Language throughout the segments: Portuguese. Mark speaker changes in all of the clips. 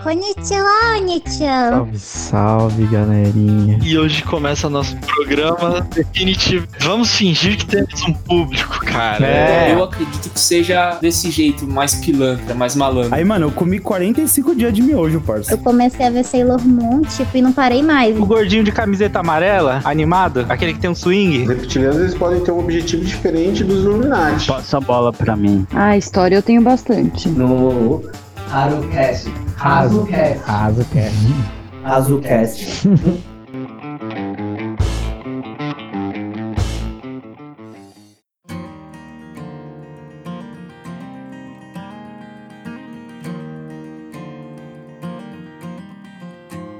Speaker 1: Konnichiwa, Onichão.
Speaker 2: Salve, salve, galerinha.
Speaker 3: E hoje começa nosso programa definitivo. Vamos fingir que temos um público, cara.
Speaker 2: É.
Speaker 4: Eu acredito que seja desse jeito, mais pilantra, mais malandro.
Speaker 5: Aí, mano, eu comi 45 dias de miojo, parça.
Speaker 1: Eu comecei a ver Sailor Moon, tipo, e não parei mais.
Speaker 2: O Um gordinho de camiseta amarela, animado, aquele que tem um swing.
Speaker 6: Os reptilianos eles podem ter um objetivo diferente dos Illuminati.
Speaker 7: Passa a bola pra mim.
Speaker 8: Ah, história eu tenho bastante.
Speaker 9: no Harucast. Razucast.
Speaker 2: Razucast.
Speaker 9: Razucast.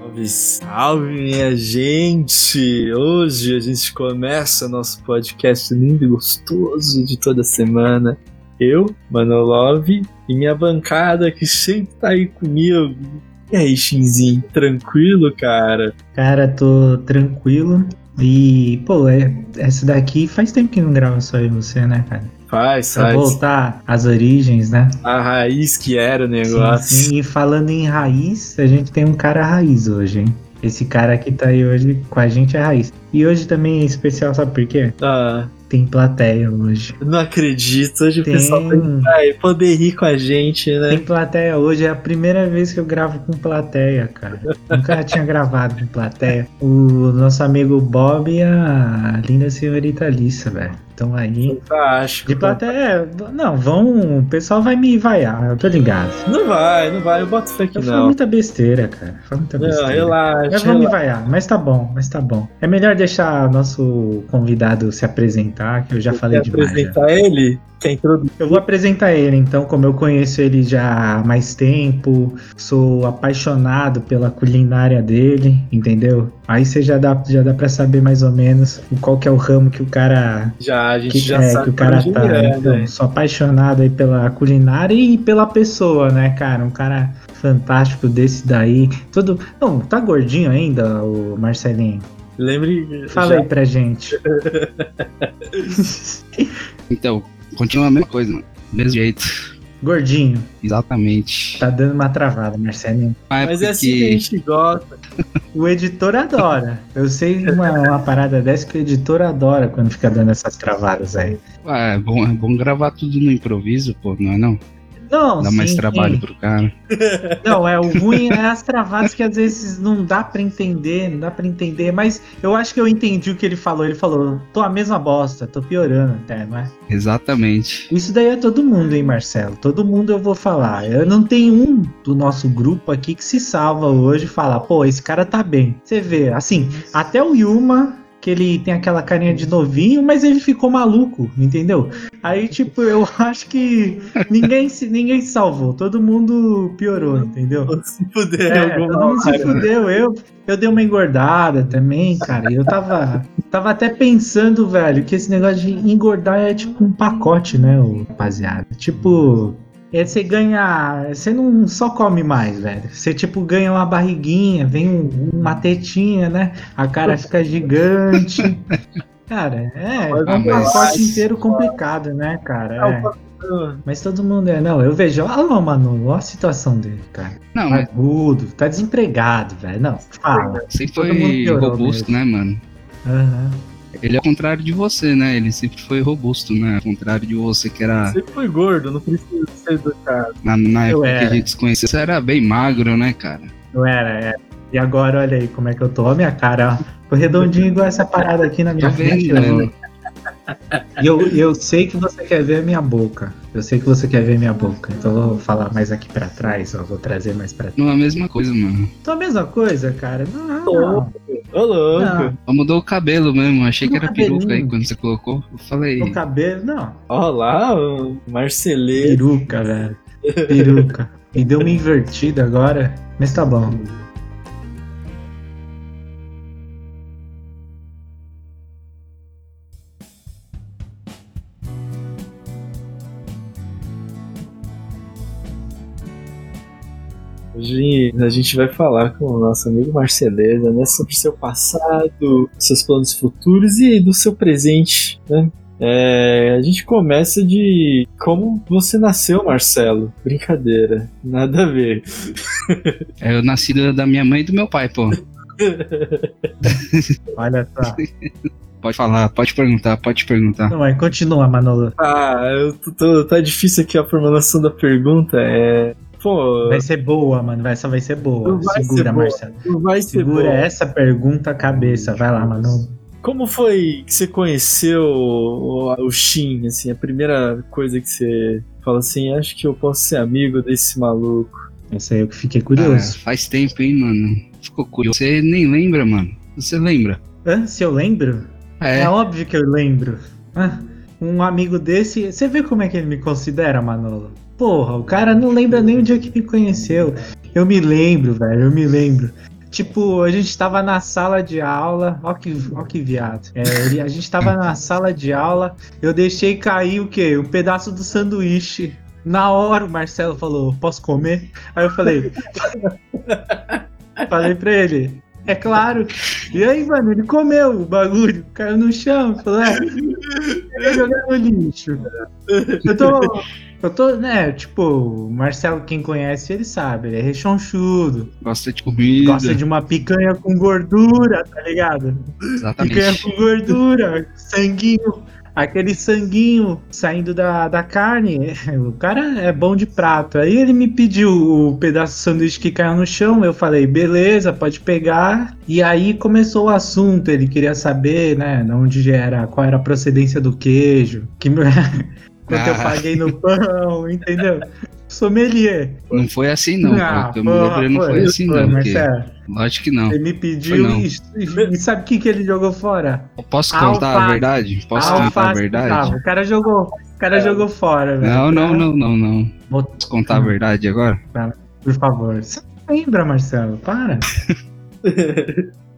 Speaker 10: Salve, salve, minha gente! Hoje a gente começa nosso podcast lindo e gostoso de toda semana. Eu, Manolov, e minha bancada que sempre tá aí comigo. E aí, Shinzin, tranquilo, cara?
Speaker 11: Cara, tô tranquilo. E, pô, é, essa daqui faz tempo que não grava só eu e você, né, cara?
Speaker 10: Faz,
Speaker 11: Pra
Speaker 10: faz.
Speaker 11: voltar às origens, né?
Speaker 10: A raiz que era o
Speaker 11: Sim,
Speaker 10: negócio.
Speaker 11: sim. E falando em raiz, a gente tem um cara raiz hoje, hein? Esse cara que tá aí hoje com a gente é raiz. E hoje também é especial, sabe por quê?
Speaker 10: Ah,
Speaker 11: Tem plateia hoje.
Speaker 10: não acredito. Hoje o
Speaker 11: Tem,
Speaker 10: pessoal tá vai vai poder rir com a gente, né?
Speaker 11: tem plateia hoje, é a primeira vez que eu gravo com plateia, cara. Nunca tinha gravado com plateia. O nosso amigo Bob e a linda senhorita Alissa, velho. Então aí.
Speaker 10: Fantástico.
Speaker 11: De plateia, é, não, vão. O pessoal vai me vaiar, eu tô ligado.
Speaker 10: Não vai, não vai. Eu boto fé que
Speaker 11: Eu falo
Speaker 10: não.
Speaker 11: muita besteira, cara. Falo muita
Speaker 10: Não,
Speaker 11: besteira.
Speaker 10: relaxa.
Speaker 11: Mas vão me vaiar, mas tá bom, mas tá bom. É melhor deixar nosso convidado se apresentar, que eu já falei
Speaker 10: Quer
Speaker 11: demais. é. já.
Speaker 10: apresentar ele? Quer introduzir?
Speaker 11: Eu vou apresentar ele, então, como eu conheço ele já há mais tempo, sou apaixonado pela culinária dele, entendeu? Aí você já dá, já dá pra saber mais ou menos o- qual que é o ramo que o cara.
Speaker 10: Já, a gente
Speaker 11: Que,
Speaker 10: já
Speaker 11: é,
Speaker 10: sabe
Speaker 11: que o cara
Speaker 10: onde
Speaker 11: tá.
Speaker 10: é,
Speaker 11: então,
Speaker 10: né?
Speaker 11: sou apaixonado aí pela culinária e pela pessoa, né, cara? Um cara fantástico desse daí. Tudo. Não, tá gordinho ainda, o Marcelinho?
Speaker 10: Lembre.
Speaker 11: Fala aí pra gente.
Speaker 7: Então, continua a mesma coisa, mano. Mesmo jeito.
Speaker 11: Gordinho.
Speaker 7: Exatamente.
Speaker 11: Tá dando uma travada, Marcelinho.
Speaker 7: Mas,
Speaker 10: Mas é assim que a gente gosta.
Speaker 11: O editor adora. Eu sei uma, uma parada dessa que o editor adora quando fica dando essas travadas aí.
Speaker 7: Ah, é, bom, é bom gravar tudo no improviso, pô, não é não?
Speaker 11: Não,
Speaker 7: Dá
Speaker 11: sim,
Speaker 7: mais trabalho
Speaker 11: sim.
Speaker 7: pro cara.
Speaker 11: Não, é o ruim é as travadas que às vezes não dá pra entender, não dá pra entender, mas eu acho que eu entendi o que ele falou. Ele falou: "Tô a mesma bosta, tô piorando até, não é?"
Speaker 7: Exatamente.
Speaker 11: Isso daí é todo mundo, hein, Marcelo? Todo mundo eu vou falar. Eu não tenho um do nosso grupo aqui que se salva hoje e fala, pô, esse cara tá bem. Você vê, assim, até o Yuma, que ele tem aquela carinha de novinho, mas ele ficou maluco, entendeu? Aí, tipo, eu acho que ninguém se, ninguém se salvou. Todo mundo piorou, entendeu?
Speaker 10: Se puder,
Speaker 11: É,
Speaker 10: alguma
Speaker 11: todo mundo se
Speaker 10: hora.
Speaker 11: fudeu. Eu, eu dei uma engordada também, cara. Eu tava, tava até pensando, velho, que esse negócio de engordar é tipo um pacote, né, ô, rapaziada? Tipo. É você ganha. Você não só come mais, velho. Você, tipo, ganha uma barriguinha, vem um- uma tetinha, né? A cara fica gigante. Cara, é. É
Speaker 7: Ah,
Speaker 11: um
Speaker 7: mas-
Speaker 11: pacote inteiro complicado, né, cara?
Speaker 10: É,
Speaker 11: É. Mas todo mundo é. Não, eu vejo. Olha lá, mano, olha a situação dele, cara.
Speaker 7: Não, mas
Speaker 11: Barbudo, tá desempregado, velho. Não, fala.
Speaker 7: sempre
Speaker 11: Todo mundo
Speaker 7: foi
Speaker 11: piorou
Speaker 7: robusto, né, mano?
Speaker 11: Aham.
Speaker 7: Ele é o contrário de você, né? Ele sempre foi robusto, né? Ao contrário de você, que era
Speaker 10: Sempre foi gordo, não precisa ser do cara.
Speaker 7: na, na
Speaker 11: Eu
Speaker 7: época que a
Speaker 11: era.
Speaker 7: gente se conheceu. Você era bem magro, né, cara?
Speaker 11: Não era, era. E agora, olha aí como é que eu tô. Olha a minha cara, ó. Tô redondinho igual essa parada aqui na
Speaker 7: Tô
Speaker 11: minha frente.
Speaker 7: vendo, né?
Speaker 11: ó.
Speaker 7: mano.
Speaker 11: E eu, e eu sei que você quer ver a minha boca. Eu sei que você quer ver a minha boca. Então eu vou falar mais aqui pra trás, ó. Vou trazer mais pra trás.
Speaker 7: Não é a mesma coisa, mano.
Speaker 11: Então a mesma coisa, cara. Não, não.
Speaker 10: Ô, louco.
Speaker 11: não.
Speaker 7: Só mudou o cabelo mesmo. Achei que
Speaker 11: Mudou
Speaker 7: era
Speaker 11: o
Speaker 7: peruca aí
Speaker 11: cabelinho.
Speaker 7: quando você colocou. Eu falei.
Speaker 11: O cabelo, não.
Speaker 10: Ó lá, o Marceleiro.
Speaker 11: Peruca, velho. Peruca. Me deu uma invertida agora, mas tá bom.
Speaker 10: Hoje a gente vai falar com o nosso amigo Marceleiro, né? Sobre seu passado, seus planos futuros e do seu presente, né? É, a gente começa de como você nasceu, Marcelo. Brincadeira, nada a ver.
Speaker 7: É, Eu nasci da da minha mãe e do meu pai, pô.
Speaker 11: Olha só.
Speaker 7: Pode falar, pode perguntar, pode perguntar.
Speaker 11: Não, mas continua, Manolo.
Speaker 10: Ah, eu tô- tô- tá difícil aqui a formulação da pergunta. É, pô,
Speaker 11: Vai ser boa, mano. Essa vai ser boa.
Speaker 10: Não vai
Speaker 11: Segura,
Speaker 10: ser boa.
Speaker 11: Marcelo.
Speaker 10: não vai ser bom.
Speaker 11: Segura essa pergunta à cabeça. Vai lá, Manolo.
Speaker 10: Como foi que você conheceu o, o Shin? Assim, a primeira coisa que você fala assim, acho que eu posso ser amigo desse maluco.
Speaker 11: Essa aí eu que fiquei
Speaker 7: Ah,
Speaker 11: curioso.
Speaker 7: faz tempo, hein, mano. Ficou curioso. Você nem lembra, mano. Você lembra?
Speaker 11: Hã? Se eu lembro? É.
Speaker 7: É,
Speaker 11: óbvio que eu lembro. Ah, Um amigo desse. Você vê como é que ele me considera, Manolo? Porra, o cara não lembra nem o dia que me conheceu. Eu me lembro, velho, eu me lembro. Tipo, a gente tava na sala de aula. Ó que, ó que viado. É, ele- a gente tava na sala de aula. Eu deixei cair o quê? Um pedaço do sanduíche. Na hora o Marcelo falou: Posso comer? Aí eu falei. falei pra ele: É claro. E aí, mano, ele comeu o bagulho, caiu no chão, falou, é, eu jogar no lixo. Eu tô, eu tô, né, tipo, o Marcelo, quem conhece, ele sabe, ele é rechonchudo,
Speaker 7: gosta de comida.
Speaker 11: gosta de uma picanha com gordura, tá ligado? Picanha
Speaker 7: Exatamente.
Speaker 11: com gordura, sanguinho, aquele sanguinho saindo da, da carne. O cara é bom de prato. Aí ele me pediu o pedaço de sanduíche que caiu no chão. Eu falei, beleza, pode pegar. E aí começou o assunto. Ele queria saber, né, de onde era, qual era a procedência do queijo, que quanto eu
Speaker 7: Ah.
Speaker 11: paguei no pão, entendeu? Sommelier.
Speaker 7: Não foi assim, não.
Speaker 11: Ah,
Speaker 7: pô. Eu me lembro, não foi assim,
Speaker 11: foi, é.
Speaker 7: não. porque-
Speaker 11: Marcelo.
Speaker 7: Lógico que não.
Speaker 11: Ele me
Speaker 7: Foi
Speaker 11: pediu
Speaker 7: não.
Speaker 11: e, e sabe o que, que ele jogou fora?
Speaker 7: Posso contar a
Speaker 11: Alface.
Speaker 7: verdade? Posso contar a
Speaker 11: Alface,
Speaker 7: verdade?
Speaker 11: Gustavo. O cara jogou. O cara jogou fora, velho.
Speaker 7: Não, não, não, não, não.
Speaker 11: né? Vou-
Speaker 7: Posso contar a verdade agora?
Speaker 11: Por favor. Você não lembra, Marcelo? Para.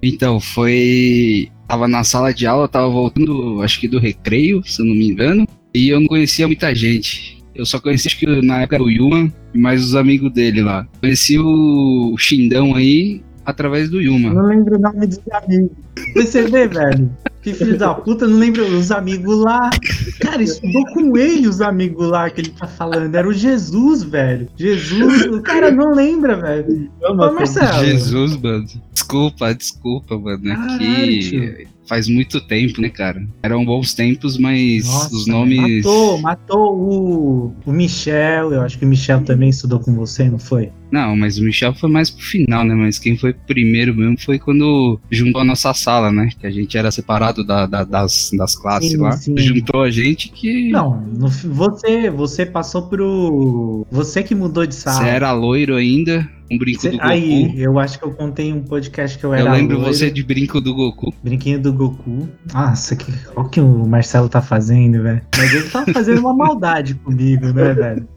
Speaker 7: Então, foi. Tava na sala de aula, tava voltando, acho que do recreio, se eu não me engano. E eu não conhecia muita gente. Eu só conhecia, acho que na época, o Yuma e mais os amigos dele lá. Conheci o Xindão aí através do Yuma.
Speaker 11: Não lembro o nome dos amigos. Você vê, velho? Que filho da puta, não lembra os amigos lá. Cara, estudou com ele os amigos lá que ele tá falando. Era o Jesus, velho. Jesus. O cara não lembra, velho. Ô, Marcelo.
Speaker 7: Jesus, mano. Desculpa, desculpa, mano.
Speaker 11: Caralho,
Speaker 7: Aqui faz muito tempo, né, cara? Eram bons tempos, mas
Speaker 11: Nossa,
Speaker 7: os nomes.
Speaker 11: Matou, matou o, o Michel. Eu acho que o Michel também estudou com você, não foi?
Speaker 7: Não, mas o Michel foi mais pro final, né? Mas quem foi primeiro mesmo foi quando juntou a nossa sala, né? Que a gente era separado da- da- das, das classes
Speaker 11: Sim,
Speaker 7: lá.
Speaker 11: sim.
Speaker 7: Juntou a gente que.
Speaker 11: Não, no fi- você, você passou pro. Você que mudou de sala.
Speaker 7: Você era loiro ainda, um brinco
Speaker 11: Cê-
Speaker 7: do Goku.
Speaker 11: aí, eu acho que eu contei um podcast que eu era.
Speaker 7: eu lembro
Speaker 11: loiro,
Speaker 7: você de brinco do Goku.
Speaker 11: Brinquinho do Goku. Nossa, que, olha o que o Marcelo tá fazendo, velho. Mas ele tá fazendo uma maldade comigo, né, velho?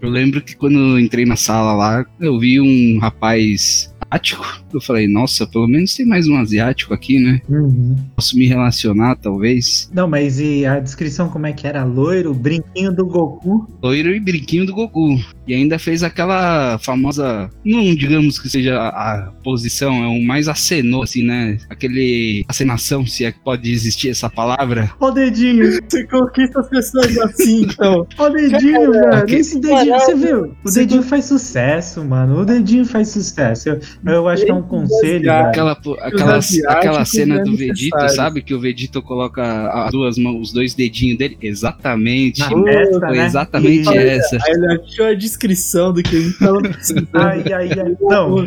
Speaker 7: Eu lembro que quando eu entrei na sala lá, eu vi um rapaz asiático. Eu falei, nossa, pelo menos tem mais um asiático aqui, né?
Speaker 11: Uhum.
Speaker 7: Posso me relacionar, talvez.
Speaker 11: Não, mas e a descrição como é que era? Loiro, brinquinho do Goku.
Speaker 7: Loiro e brinquinho do Goku. E ainda fez aquela famosa. Não digamos que seja a, a posição, é o mais acenou, assim, né? Aquele. Acenação, se é que pode existir essa palavra.
Speaker 11: Ó o dedinho,
Speaker 10: Você conquista as pessoas assim, então.
Speaker 11: ó o dedinho, velho.
Speaker 7: que
Speaker 11: Esse dedinho, você viu? O dedinho faz sucesso, mano. O dedinho faz sucesso. Eu, eu acho que é um conselho, velho.
Speaker 7: Aquela, po- aquela,
Speaker 10: asiáticos
Speaker 7: aquela cena
Speaker 10: não é
Speaker 7: do Vegeta,
Speaker 10: necessário.
Speaker 7: sabe? Que o Vegeta coloca as duas mãos, os dois dedinhos dele. Exatamente.
Speaker 11: Na testa,
Speaker 7: Foi
Speaker 11: né?
Speaker 7: exatamente
Speaker 11: E-
Speaker 7: essa.
Speaker 10: Aí ele achou a descrição do então, que a gente tava precisando.
Speaker 11: Ai, ai, ai. Não.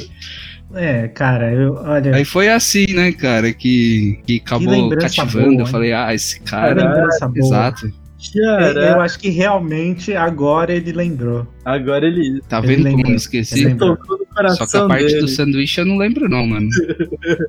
Speaker 11: É, cara, eu, olha.
Speaker 7: Aí foi assim, né, cara, que, que acabou
Speaker 11: lembrança
Speaker 7: cativando.
Speaker 11: boa,
Speaker 7: eu
Speaker 11: hein?
Speaker 7: falei, ah, esse
Speaker 11: que
Speaker 7: cara. é
Speaker 11: lembrança boa. É,
Speaker 7: Exato.
Speaker 11: Eu,
Speaker 10: Cara,
Speaker 11: eu acho que realmente agora ele lembrou.
Speaker 10: agora ele
Speaker 7: Tá
Speaker 11: Ele
Speaker 7: vendo como
Speaker 11: lembra,
Speaker 7: eu
Speaker 11: ele
Speaker 7: esqueci?
Speaker 11: lembra.
Speaker 10: tocou no
Speaker 7: Só que
Speaker 10: coração
Speaker 7: a parte
Speaker 10: dele.
Speaker 7: do sanduíche eu não lembro, não, mano.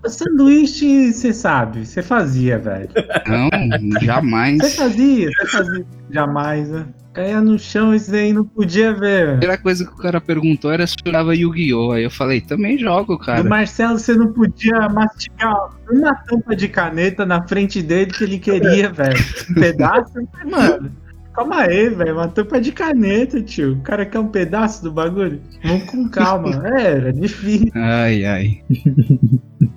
Speaker 11: O sanduíche, você sabe, você fazia, velho.
Speaker 7: Não,
Speaker 11: Você
Speaker 7: jamais.
Speaker 11: fazia, você fazia. Jamais, né? Caía no chão, isso aí não podia ver.
Speaker 7: A primeira coisa que o cara perguntou era se eu jogava Yu-Gi-Oh! Aí eu falei, também jogo,
Speaker 11: Do
Speaker 7: cara.
Speaker 11: Marcelo, você não podia mastigar uma tampa de caneta na frente dele que ele queria, velho. Um pedaço, mas, mano. Calma aí, velho. Uma tampa de caneta, tio. O cara quer um pedaço do bagulho? Vamos com calma. É, era difícil.
Speaker 7: Ai, ai.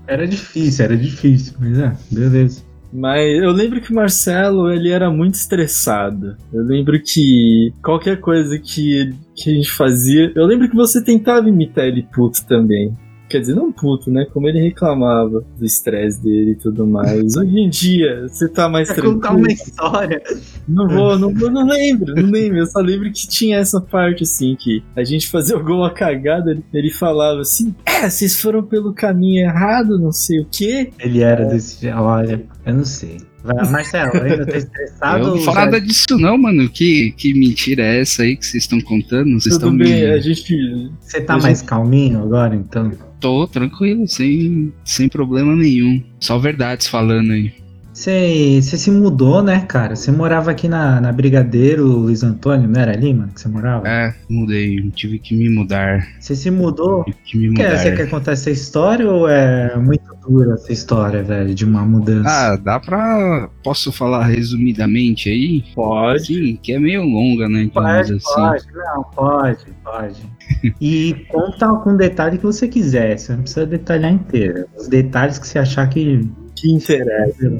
Speaker 11: Era difícil, era difícil. Mas é, beleza.
Speaker 10: Mas eu lembro que o Marcelo, ele era muito estressado. Eu lembro que qualquer coisa que, que a gente fazia... Eu lembro que você tentava imitar ele puto também. Quer dizer, não puto, né? Como ele reclamava do estresse dele e tudo mais. Hoje em dia, você tá mais
Speaker 11: Quer
Speaker 10: tranquilo.
Speaker 11: contar uma história?
Speaker 10: Não vou, não, vou, não lembro, não lembro. Eu só lembro que tinha essa parte assim, que a gente fazia alguma cagada, ele- ele falava assim, é, vocês foram pelo caminho errado, não sei o quê.
Speaker 11: Ele era desse jeito. Olha, eu não sei. Vai, Marcelo, ainda tá estressado?
Speaker 7: eu não
Speaker 11: ou
Speaker 7: falo
Speaker 11: já-
Speaker 7: nada disso não, mano. Que, que mentira é essa aí que vocês estão contando? Vocês
Speaker 10: Tudo
Speaker 7: estão me...
Speaker 10: bem, a
Speaker 11: é.
Speaker 10: gente.
Speaker 11: Você tá mais calminho agora, então?
Speaker 7: Tô tranquilo, sem, sem problema nenhum. Só verdades falando aí.
Speaker 11: Você você se mudou, né, cara? Você morava aqui na, na Brigadeiro Luiz Antônio, não era ali, mano, que você morava?
Speaker 7: É, mudei. Tive que me mudar.
Speaker 11: Você se mudou?
Speaker 7: Tive que me
Speaker 11: Quer,
Speaker 7: mudar.
Speaker 11: você quer contar essa história ou é muito dura essa história, velho, de uma mudança?
Speaker 7: Ah, dá pra. Posso falar resumidamente aí?
Speaker 10: Pode.
Speaker 7: Sim, que é meio longa, né? então,
Speaker 11: Pode,
Speaker 7: mas
Speaker 11: pode, não, pode, pode. E conta com o detalhe que você quiser, você não precisa detalhar inteira. Os detalhes que você achar que.
Speaker 10: Que interessa.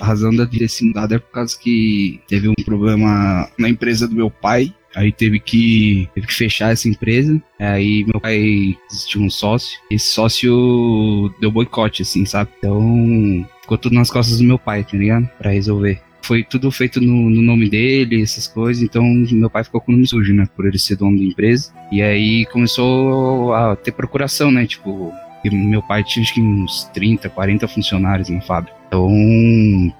Speaker 7: A razão da ter se mudado é por causa que teve um problema na empresa do meu pai. Aí teve que, teve que fechar essa empresa. Aí meu pai tinha um sócio. Esse sócio deu boicote, assim, sabe? Então ficou tudo nas costas do meu pai, tá ligado? Pra resolver. Foi tudo feito no, no nome dele, essas coisas. Então meu pai ficou com o nome sujo, né? Por ele ser dono da empresa. E aí começou a ter procuração, né? Tipo, e meu pai tinha acho que uns 30, 40 funcionários na fábrica. Então,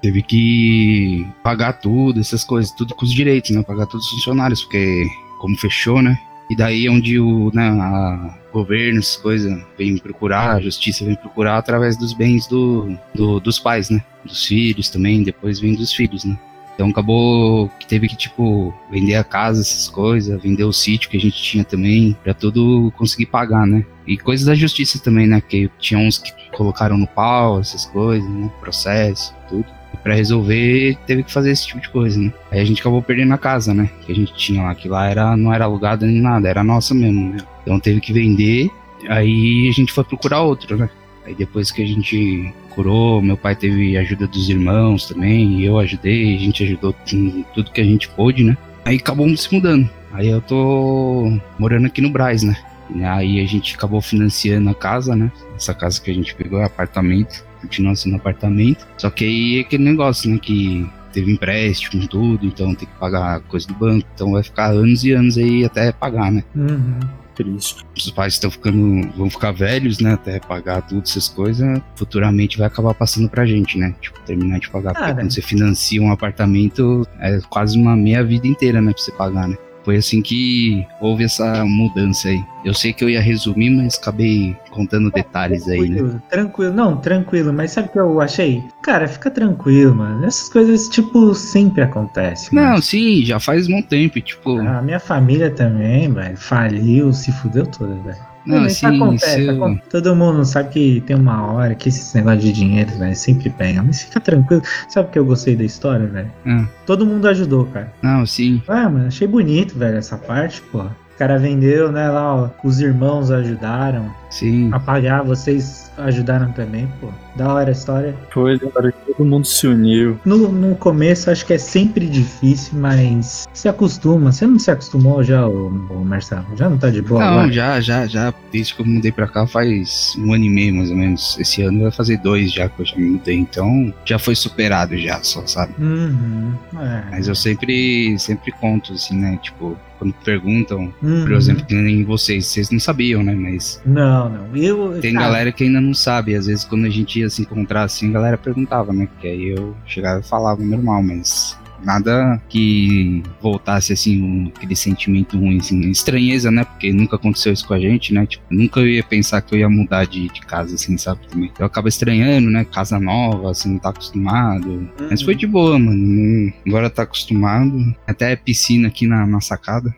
Speaker 7: teve que pagar tudo, essas coisas, tudo com os direitos, né? Pagar todos os funcionários, porque como fechou, né? E daí é onde o né, a- governos, coisa, vem procurar, a justiça vem procurar através dos bens do, do- dos pais, né? Dos filhos também, depois vem dos filhos, né? Então acabou que teve que, tipo, vender a casa, essas coisas, vender o sítio que a gente tinha também, pra tudo conseguir pagar, né? E coisas da justiça também, né? Que tinha uns que colocaram no pau, essas coisas, né? Processo, tudo. E pra resolver, teve que fazer esse tipo de coisa, né? Aí a gente acabou perdendo a casa, né? Que a gente tinha lá, que lá era, não era alugada nem nada, era nossa mesmo, né? Então teve que vender, aí a gente foi procurar outro, né? Aí depois que a gente curou, meu pai teve ajuda dos irmãos também, e eu ajudei, a gente ajudou com tudo que a gente pôde, né? Aí acabou se mudando. Aí eu tô morando aqui no Braz, né? E Aí a gente acabou financiando a casa, né? Essa casa que a gente pegou é apartamento, continua sendo apartamento. Só que aí é aquele negócio, né? Que teve empréstimo, tudo, então tem que pagar coisa do banco, então vai ficar anos e anos aí até pagar, né?
Speaker 11: Uhum.
Speaker 10: Triste.
Speaker 7: os pais estão ficando, vão ficar velhos, né, até pagar tudo essas coisas, futuramente vai acabar passando pra gente, né? Tipo, terminar de pagar, porque
Speaker 11: Cara.
Speaker 7: quando você financia um apartamento, é quase uma meia vida inteira, né, pra você pagar, né? Foi assim que houve essa mudança aí. Eu sei que eu ia resumir, mas acabei contando detalhes aí, né?
Speaker 11: Tranquilo, tranquilo, não, tranquilo, mas sabe o que eu achei? Cara, fica tranquilo, mano. Essas coisas, tipo, sempre acontecem. mano.
Speaker 7: Não, sim, já faz um tempo, e, tipo,
Speaker 11: A minha família também, velho, faliu, se fudeu toda, velho.
Speaker 7: não,
Speaker 11: Mas
Speaker 7: assim,
Speaker 11: acontece,
Speaker 7: seu-
Speaker 11: acontece. todo mundo sabe que tem uma hora que esse negócio de dinheiro, velho, sempre pega. Mas fica tranquilo. Sabe o que eu gostei da história, velho?
Speaker 7: Ah.
Speaker 11: Todo mundo ajudou, cara.
Speaker 7: não, sim,
Speaker 11: Ah, mano, achei bonito, velho, essa parte, porra. O cara vendeu, né, lá, ó, os irmãos ajudaram
Speaker 7: sim.
Speaker 11: a pagar, vocês ajudaram também, pô. Da hora a história.
Speaker 10: Foi, cara, que todo mundo se uniu.
Speaker 11: No, no começo acho que é sempre difícil, mas se acostuma. Você não se acostumou já, ô, ô Marcelo? Já não tá de boa
Speaker 7: Não,
Speaker 11: agora?
Speaker 7: já, já, já. Desde que eu mudei pra cá faz um ano e meio, mais ou menos. Esse ano vai fazer dois já que eu já me mudei. Então, já foi superado já, só, sabe?
Speaker 11: Uhum. É.
Speaker 7: Mas eu sempre, sempre conto, assim, né? Tipo, quando perguntam,
Speaker 11: Uhum.
Speaker 7: por exemplo, que nem vocês, vocês não sabiam, né? Mas
Speaker 11: Não, não. Eu,
Speaker 7: tem
Speaker 11: cara,
Speaker 7: galera que ainda não sabe. Às vezes, quando a gente ia se encontrar assim, a galera perguntava, né? Porque aí eu chegava e falava normal, mas... Nada que voltasse assim, um- aquele sentimento ruim, assim, estranheza, né? Porque nunca aconteceu isso com a gente, né? Tipo, nunca eu ia pensar que eu ia mudar de, de casa, assim, sabe? Também. Eu acaba estranhando, né? Casa nova, assim, não tá acostumado. Mas foi de boa, mano. não- Agora tá acostumado. Até piscina aqui na, na sacada.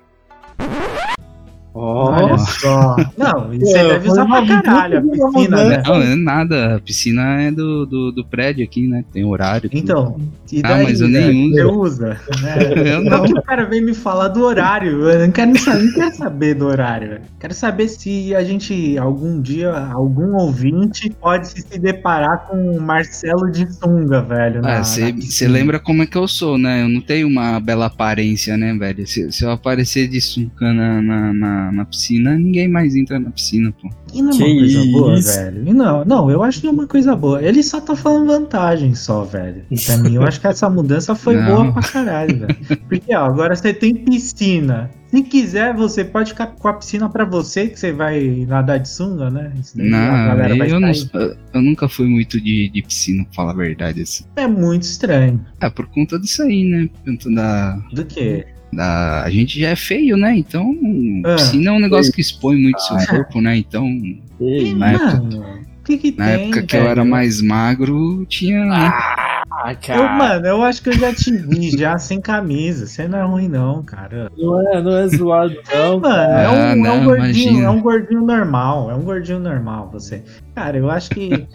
Speaker 11: Olha só. Não, isso aí deve usar pra caralho a piscina, né?
Speaker 7: Não, é nada. A piscina é do, do, do prédio aqui, né? Tem horário. tudo.
Speaker 11: Então, e
Speaker 7: Ah,
Speaker 11: daí,
Speaker 7: mas eu
Speaker 11: velho?
Speaker 7: nem uso.
Speaker 11: Você usa. Né?
Speaker 7: Eu
Speaker 11: Então
Speaker 7: não.
Speaker 11: que o cara vem me falar do horário. Eu não quero nem saber, não quero saber do horário. velho. Quero saber se a gente, algum dia, algum ouvinte pode se se deparar com o Marcelo de Sunga, velho. na- Ah, na
Speaker 7: Você
Speaker 11: piscina.
Speaker 7: É, Ah, lembra como é que eu sou, né? Eu não tenho uma bela aparência, né, velho? Se, se eu aparecer de sunca na, na, na- na piscina, ninguém mais entra na piscina, pô.
Speaker 11: E não é
Speaker 10: Que
Speaker 11: uma coisa boa,
Speaker 10: isso?
Speaker 11: velho. E não, não, eu acho que é uma coisa boa. Ele só tá falando vantagem só, velho. Pra mim, eu acho que essa mudança foi
Speaker 7: Não.
Speaker 11: boa pra caralho, velho. Porque, ó, agora você tem piscina. Se quiser, você pode ficar com a piscina pra você, que você vai nadar de sunga, né? Isso daí a
Speaker 7: Não,
Speaker 11: galera vai
Speaker 7: eu, não
Speaker 11: sair.
Speaker 7: sou- eu nunca fui muito de, de piscina, pra falar a verdade. Assim.
Speaker 11: É muito estranho.
Speaker 7: É, por conta disso aí, né? Por conta da,
Speaker 11: Do quê?
Speaker 7: da. A gente já é feio, né? Então,
Speaker 11: Ah.
Speaker 7: piscina é um negócio que expõe muito seu
Speaker 11: é.
Speaker 7: corpo, né? Então,
Speaker 10: Ei,
Speaker 7: na época-
Speaker 11: Mano, o que que
Speaker 7: na
Speaker 11: tem,
Speaker 7: época que eu
Speaker 11: velho?
Speaker 7: era mais magro, tinha. né?
Speaker 10: ah,
Speaker 11: Eu,
Speaker 10: cara.
Speaker 11: mano, eu acho que eu já te vi já sem camisa. Você não é ruim, não, cara.
Speaker 10: Não é, não é zoado, não.
Speaker 11: Mano, é um,
Speaker 7: Ah,
Speaker 11: é um
Speaker 7: não,
Speaker 11: gordinho,
Speaker 7: imagina.
Speaker 11: é um gordinho normal, é um gordinho normal você. Cara, eu acho que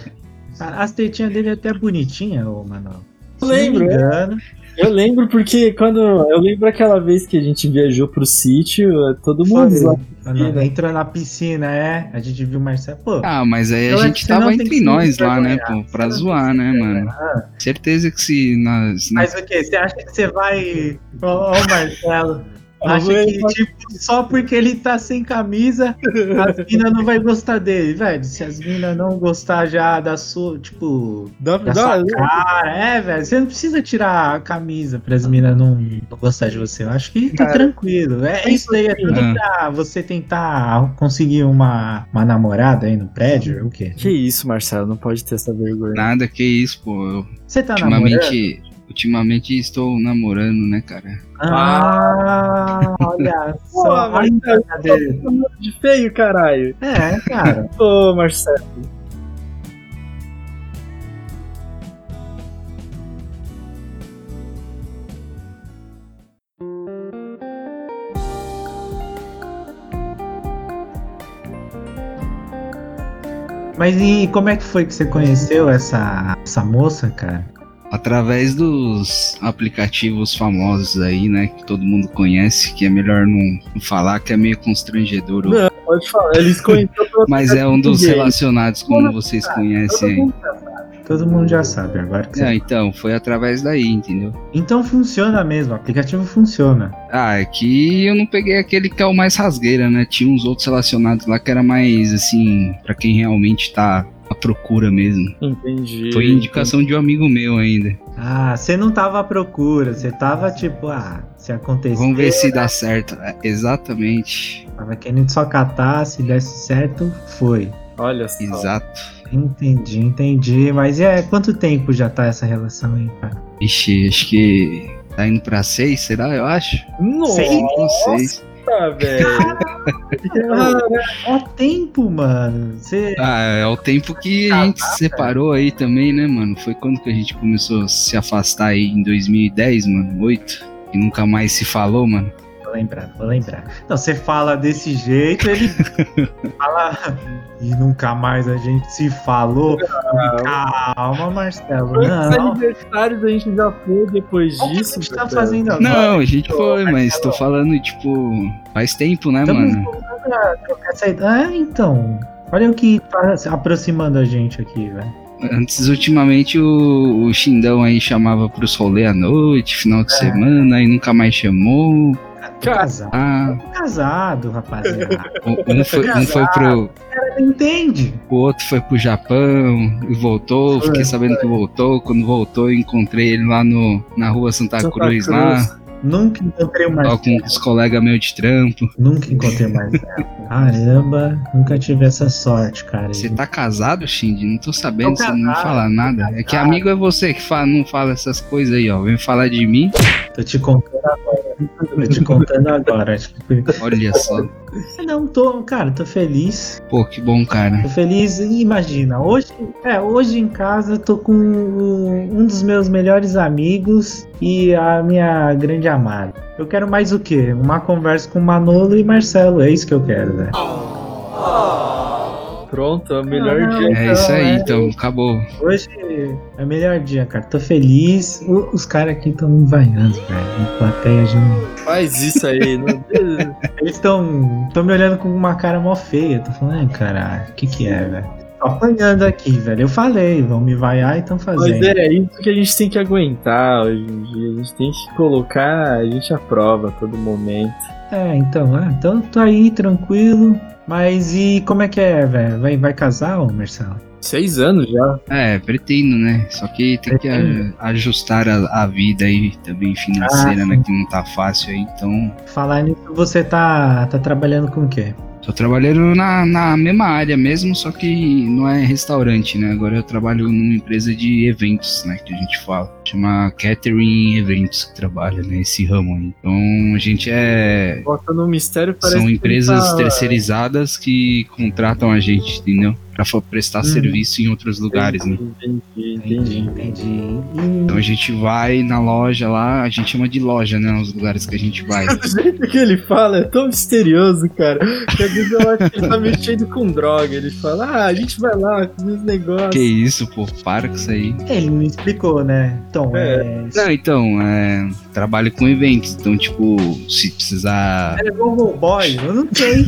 Speaker 11: a- as tetinhas dele é até bonitinha, ô, mano. Se não me
Speaker 10: Lembro, é.
Speaker 11: engano.
Speaker 10: Eu lembro porque quando. Eu lembro aquela vez que a gente viajou pro sítio, todo mundo
Speaker 11: Foi,
Speaker 10: zoado.
Speaker 11: mano, ah, entrou na piscina, é. A gente viu o Marcelo. Pô,
Speaker 7: Ah, mas aí a
Speaker 11: Eu acho que
Speaker 7: gente
Speaker 11: você não
Speaker 7: tava
Speaker 11: tem que
Speaker 7: entre
Speaker 11: se
Speaker 7: nós lá, né,
Speaker 11: envergonhar.
Speaker 7: pô?
Speaker 11: Você
Speaker 7: Pra
Speaker 11: não tem
Speaker 7: zoar,
Speaker 11: que se
Speaker 7: né, mano? Certeza que se nós.
Speaker 11: mas o que? Você acha que você vai. Ô, ô, Marcelo. Acha que, tipo, só porque ele tá sem camisa, as minas não vai gostar dele, velho. Se as minas não gostar já da sua, tipo,
Speaker 10: Dá,
Speaker 11: Da
Speaker 10: dá,
Speaker 11: sua cara, é, velho. Você não precisa tirar a camisa pras minas não, não gostar de você. Eu acho que tá tranquilo. É é isso daí, é tudo
Speaker 7: Uhum.
Speaker 11: pra você tentar conseguir uma, uma namorada aí no prédio, é o quê?
Speaker 10: Que isso, Marcelo? Não pode ter essa vergonha.
Speaker 7: Nada que isso, pô. Eu
Speaker 11: Você tá namorando?
Speaker 7: ultimamente, ultimamente estou namorando, né, cara?
Speaker 11: Ah, olha
Speaker 10: Pô,
Speaker 11: só.
Speaker 10: mas
Speaker 11: Olha a
Speaker 10: tá-
Speaker 11: cara dele.
Speaker 10: De feio, caralho.
Speaker 11: É, cara.
Speaker 10: Ô, Marcelo.
Speaker 11: Mas e como é que foi que você conheceu essa, essa moça, cara?
Speaker 7: Através dos aplicativos famosos aí, né? Que todo mundo conhece, que é melhor não não falar, que é meio constrangedor.
Speaker 10: Não, Pode falar. Eles conheceram pelo
Speaker 7: Mas é um dos
Speaker 10: Ninguém.
Speaker 7: relacionados, como vocês
Speaker 11: tá?
Speaker 10: Todo
Speaker 7: conhecem aí.
Speaker 10: mundo sabe.
Speaker 11: Todo mundo já sabe agora que
Speaker 7: Não,
Speaker 11: você...
Speaker 7: então, foi através daí, entendeu?
Speaker 11: Então funciona mesmo, o aplicativo funciona.
Speaker 7: Ah, é que eu não peguei aquele que é o mais rasgueira, né? Tinha uns outros relacionados lá que era mais, assim, pra quem realmente tá à procura mesmo.
Speaker 10: Entendi.
Speaker 7: Foi indicação de um amigo meu ainda.
Speaker 11: Ah, você não tava à procura, você tava tipo, ah, se acontecer,
Speaker 7: Vamos ver se dá certo. É, exatamente.
Speaker 11: tava querendo só catar, se desse certo, foi.
Speaker 10: Olha só.
Speaker 7: Exato.
Speaker 11: Entendi, entendi. Mas e é, quanto tempo já tá essa relação aí, cara?
Speaker 7: Ixi, acho que tá indo pra seis, será? Eu acho. Não
Speaker 10: Nossa,
Speaker 7: sei.
Speaker 10: velho. Ah, É,
Speaker 11: Ó tempo, mano. Você.
Speaker 7: Ah, é o tempo que a gente se separou aí também, né, mano? Foi quando que a gente começou a se afastar aí em 2010, mano? Oito. E nunca mais se falou, mano.
Speaker 11: Vou lembrar, vou lembrar. Então, você fala desse jeito, ele fala. E nunca mais a gente se falou. Calma, Marcelo.
Speaker 10: Quantos
Speaker 11: Não.
Speaker 10: aniversários a gente já foi depois
Speaker 11: Olha o que a
Speaker 10: disso?
Speaker 11: gente tá
Speaker 10: Marcelo?
Speaker 11: fazendo agora.
Speaker 7: Não, a gente foi, mas tô falando, tipo, faz tempo, né,
Speaker 11: Estamos
Speaker 7: mano?
Speaker 11: voltando a trocar essa ideia. Ah, então. Olha o que tá se aproximando a gente aqui, velho.
Speaker 7: Antes, ultimamente, o, o Xindão aí chamava pros rolê à noite, final
Speaker 11: É.
Speaker 7: de semana, aí nunca mais chamou.
Speaker 11: Tô casado,
Speaker 7: Ah,
Speaker 11: tô casado, rapaziada.
Speaker 7: o- um foi, um foi pro.
Speaker 11: Entende?
Speaker 7: O outro foi pro Japão e voltou. Fiquei sabendo que voltou. Quando voltou, eu encontrei ele lá no, na rua Santa,
Speaker 10: Santa
Speaker 7: Tá
Speaker 10: Cruz.
Speaker 7: Cruz, lá,
Speaker 11: Nunca encontrei o
Speaker 7: lá com
Speaker 11: Marcelo.
Speaker 7: os colegas meus de trampo.
Speaker 11: Nunca encontrei o Marcelo. Caramba, nunca tive essa sorte, cara.
Speaker 7: Você tá casado, Xindy? Não tô sabendo,
Speaker 11: Tô
Speaker 7: você não me
Speaker 11: casado,
Speaker 7: fala nada. É que amigo é você que fala, não fala essas coisas aí, ó. Vem falar de mim.
Speaker 11: Tô te contando Tô te contando agora.
Speaker 7: Olha só.
Speaker 11: Não, tô, cara, tô feliz.
Speaker 7: Pô, que bom, cara.
Speaker 11: Tô feliz. E Imagina, hoje, é, hoje em casa eu tô com um, um dos meus melhores amigos e a minha grande amada. Eu quero mais o quê? Uma conversa com Manolo e Marcelo. É isso que eu quero, velho.
Speaker 10: Pronto, é o melhor dia.
Speaker 7: É isso aí, então, acabou.
Speaker 11: Hoje é o melhor dia, cara. Tô feliz. O- os caras aqui estão me vaiando, velho. A plateia já me
Speaker 10: Faz isso aí. né?
Speaker 11: Tá
Speaker 10: não-
Speaker 11: Eles estão tão me olhando com uma cara mó feia. Tô falando, ai, caralho, o que que é, velho? Tô apanhando aqui, velho. Eu falei, vão me vaiar e tão
Speaker 10: Mas
Speaker 11: fazendo.
Speaker 10: é isso que a gente tem que aguentar hoje em dia. A gente tem que colocar a gente à prova a todo momento.
Speaker 11: É, então, é, então tô aí, tranquilo. Mas e como é que é, velho? Vai, vai casar, ô Marcelo?
Speaker 10: Seis anos já.
Speaker 7: É, pretendo, né? Só que tem que a- ajustar a, a vida aí também financeira,
Speaker 11: Ah,
Speaker 7: né? Que não tá fácil aí, então.
Speaker 11: Falar nisso, você tá, tá trabalhando com o quê?
Speaker 7: Tô trabalhando na, na mesma área mesmo, só que não é restaurante, né? Agora eu trabalho numa empresa de eventos, né? Que a gente fala. Chama Catering Eventos que trabalha, né? Esse ramo aí. Então a gente é.
Speaker 10: Bota no mistério parece
Speaker 7: São
Speaker 10: que
Speaker 7: empresas
Speaker 10: tá-
Speaker 7: terceirizadas que contratam a gente, entendeu? Pra fa-
Speaker 11: Uhum.
Speaker 7: prestar serviço em outros lugares, né?
Speaker 10: Entendi, entendi.
Speaker 11: entendi.
Speaker 7: Então a gente vai na loja lá, a gente chama de loja, né? Os lugares que a gente vai.
Speaker 10: O jeito que ele fala é tão misterioso, cara. Que às vezes eu acho que ele tá mexendo com droga. Ele fala, ah, a gente vai lá com os negócios.
Speaker 7: que isso, pô, para com isso aí.
Speaker 11: Ele me explicou, né? Então, é.
Speaker 7: Não, então, é, trabalho com eventos, então, tipo, se precisar.
Speaker 11: É Google Boy, eu não sei.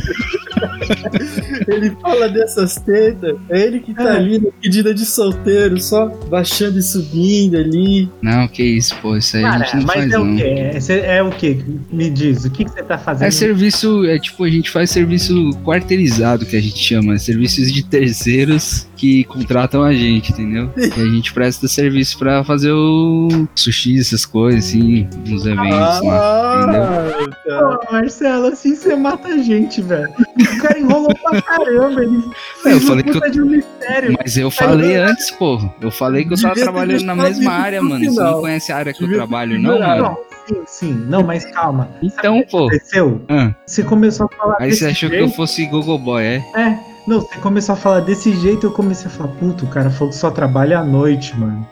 Speaker 10: Ele fala dessas tetas. É ele que tá
Speaker 11: É.
Speaker 10: ali na pedida de solteiro, só baixando e subindo ali.
Speaker 7: Não, que isso, pô, isso aí a gente não faz,
Speaker 11: mas é o
Speaker 7: não.
Speaker 11: quê? É, cê- é o quê? Me diz, o que que você tá fazendo?
Speaker 7: É serviço, é tipo, a gente faz serviço quarteirizado, que a gente chama, né? serviços de terceiros que contratam a gente, entendeu? E a gente presta serviço pra fazer o sushi, essas coisas, assim, nos eventos né?
Speaker 10: Ah,
Speaker 7: lá, entendeu?
Speaker 10: tá.
Speaker 11: Pô, Marcelo, assim você mata a gente, velho. O cara enrolou pra caramba. Ele
Speaker 7: É, eu
Speaker 11: fez um
Speaker 7: falei que
Speaker 11: puta de um mistério.
Speaker 7: Mas eu falei antes, porra. Eu falei que eu tava
Speaker 10: Devia ter
Speaker 7: trabalhando na
Speaker 10: deixado isso
Speaker 7: mesma área,
Speaker 10: pro
Speaker 7: mano. Você
Speaker 10: final.
Speaker 7: não conhece a área que eu
Speaker 10: Devia ter
Speaker 7: trabalho, não,
Speaker 10: ignorado.
Speaker 7: mano?
Speaker 11: Sim, sim. Não, mas calma. Sabe
Speaker 7: Então,
Speaker 11: o que
Speaker 7: pô.
Speaker 11: Aconteceu?
Speaker 7: Ah,
Speaker 11: Você começou a falar
Speaker 7: aí
Speaker 11: desse
Speaker 7: você achou que
Speaker 11: jeito.
Speaker 7: eu fosse Gogoboy, é?
Speaker 11: É. Não, você começou a falar desse jeito, eu comecei a falar, puto, o cara falou que só trabalha à noite, mano.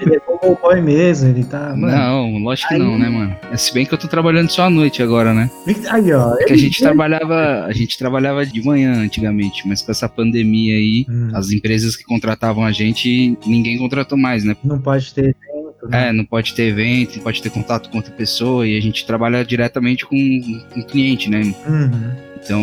Speaker 11: ele é como o boy mesmo, ele tá. Mano.
Speaker 7: Não, lógico que não, né, mano? É, Se bem que eu tô trabalhando só à noite agora, né?
Speaker 11: Aí, ó.
Speaker 7: Porque a gente trabalhava, a gente trabalhava de manhã antigamente, mas com essa pandemia aí,
Speaker 11: Hum,
Speaker 7: as empresas que contratavam a gente, ninguém contratou mais, né?
Speaker 11: não pode ter evento, né?
Speaker 7: É, não pode ter evento, não pode ter contato com outra pessoa e a gente trabalha diretamente com o cliente, né?
Speaker 11: Uhum.
Speaker 7: Então,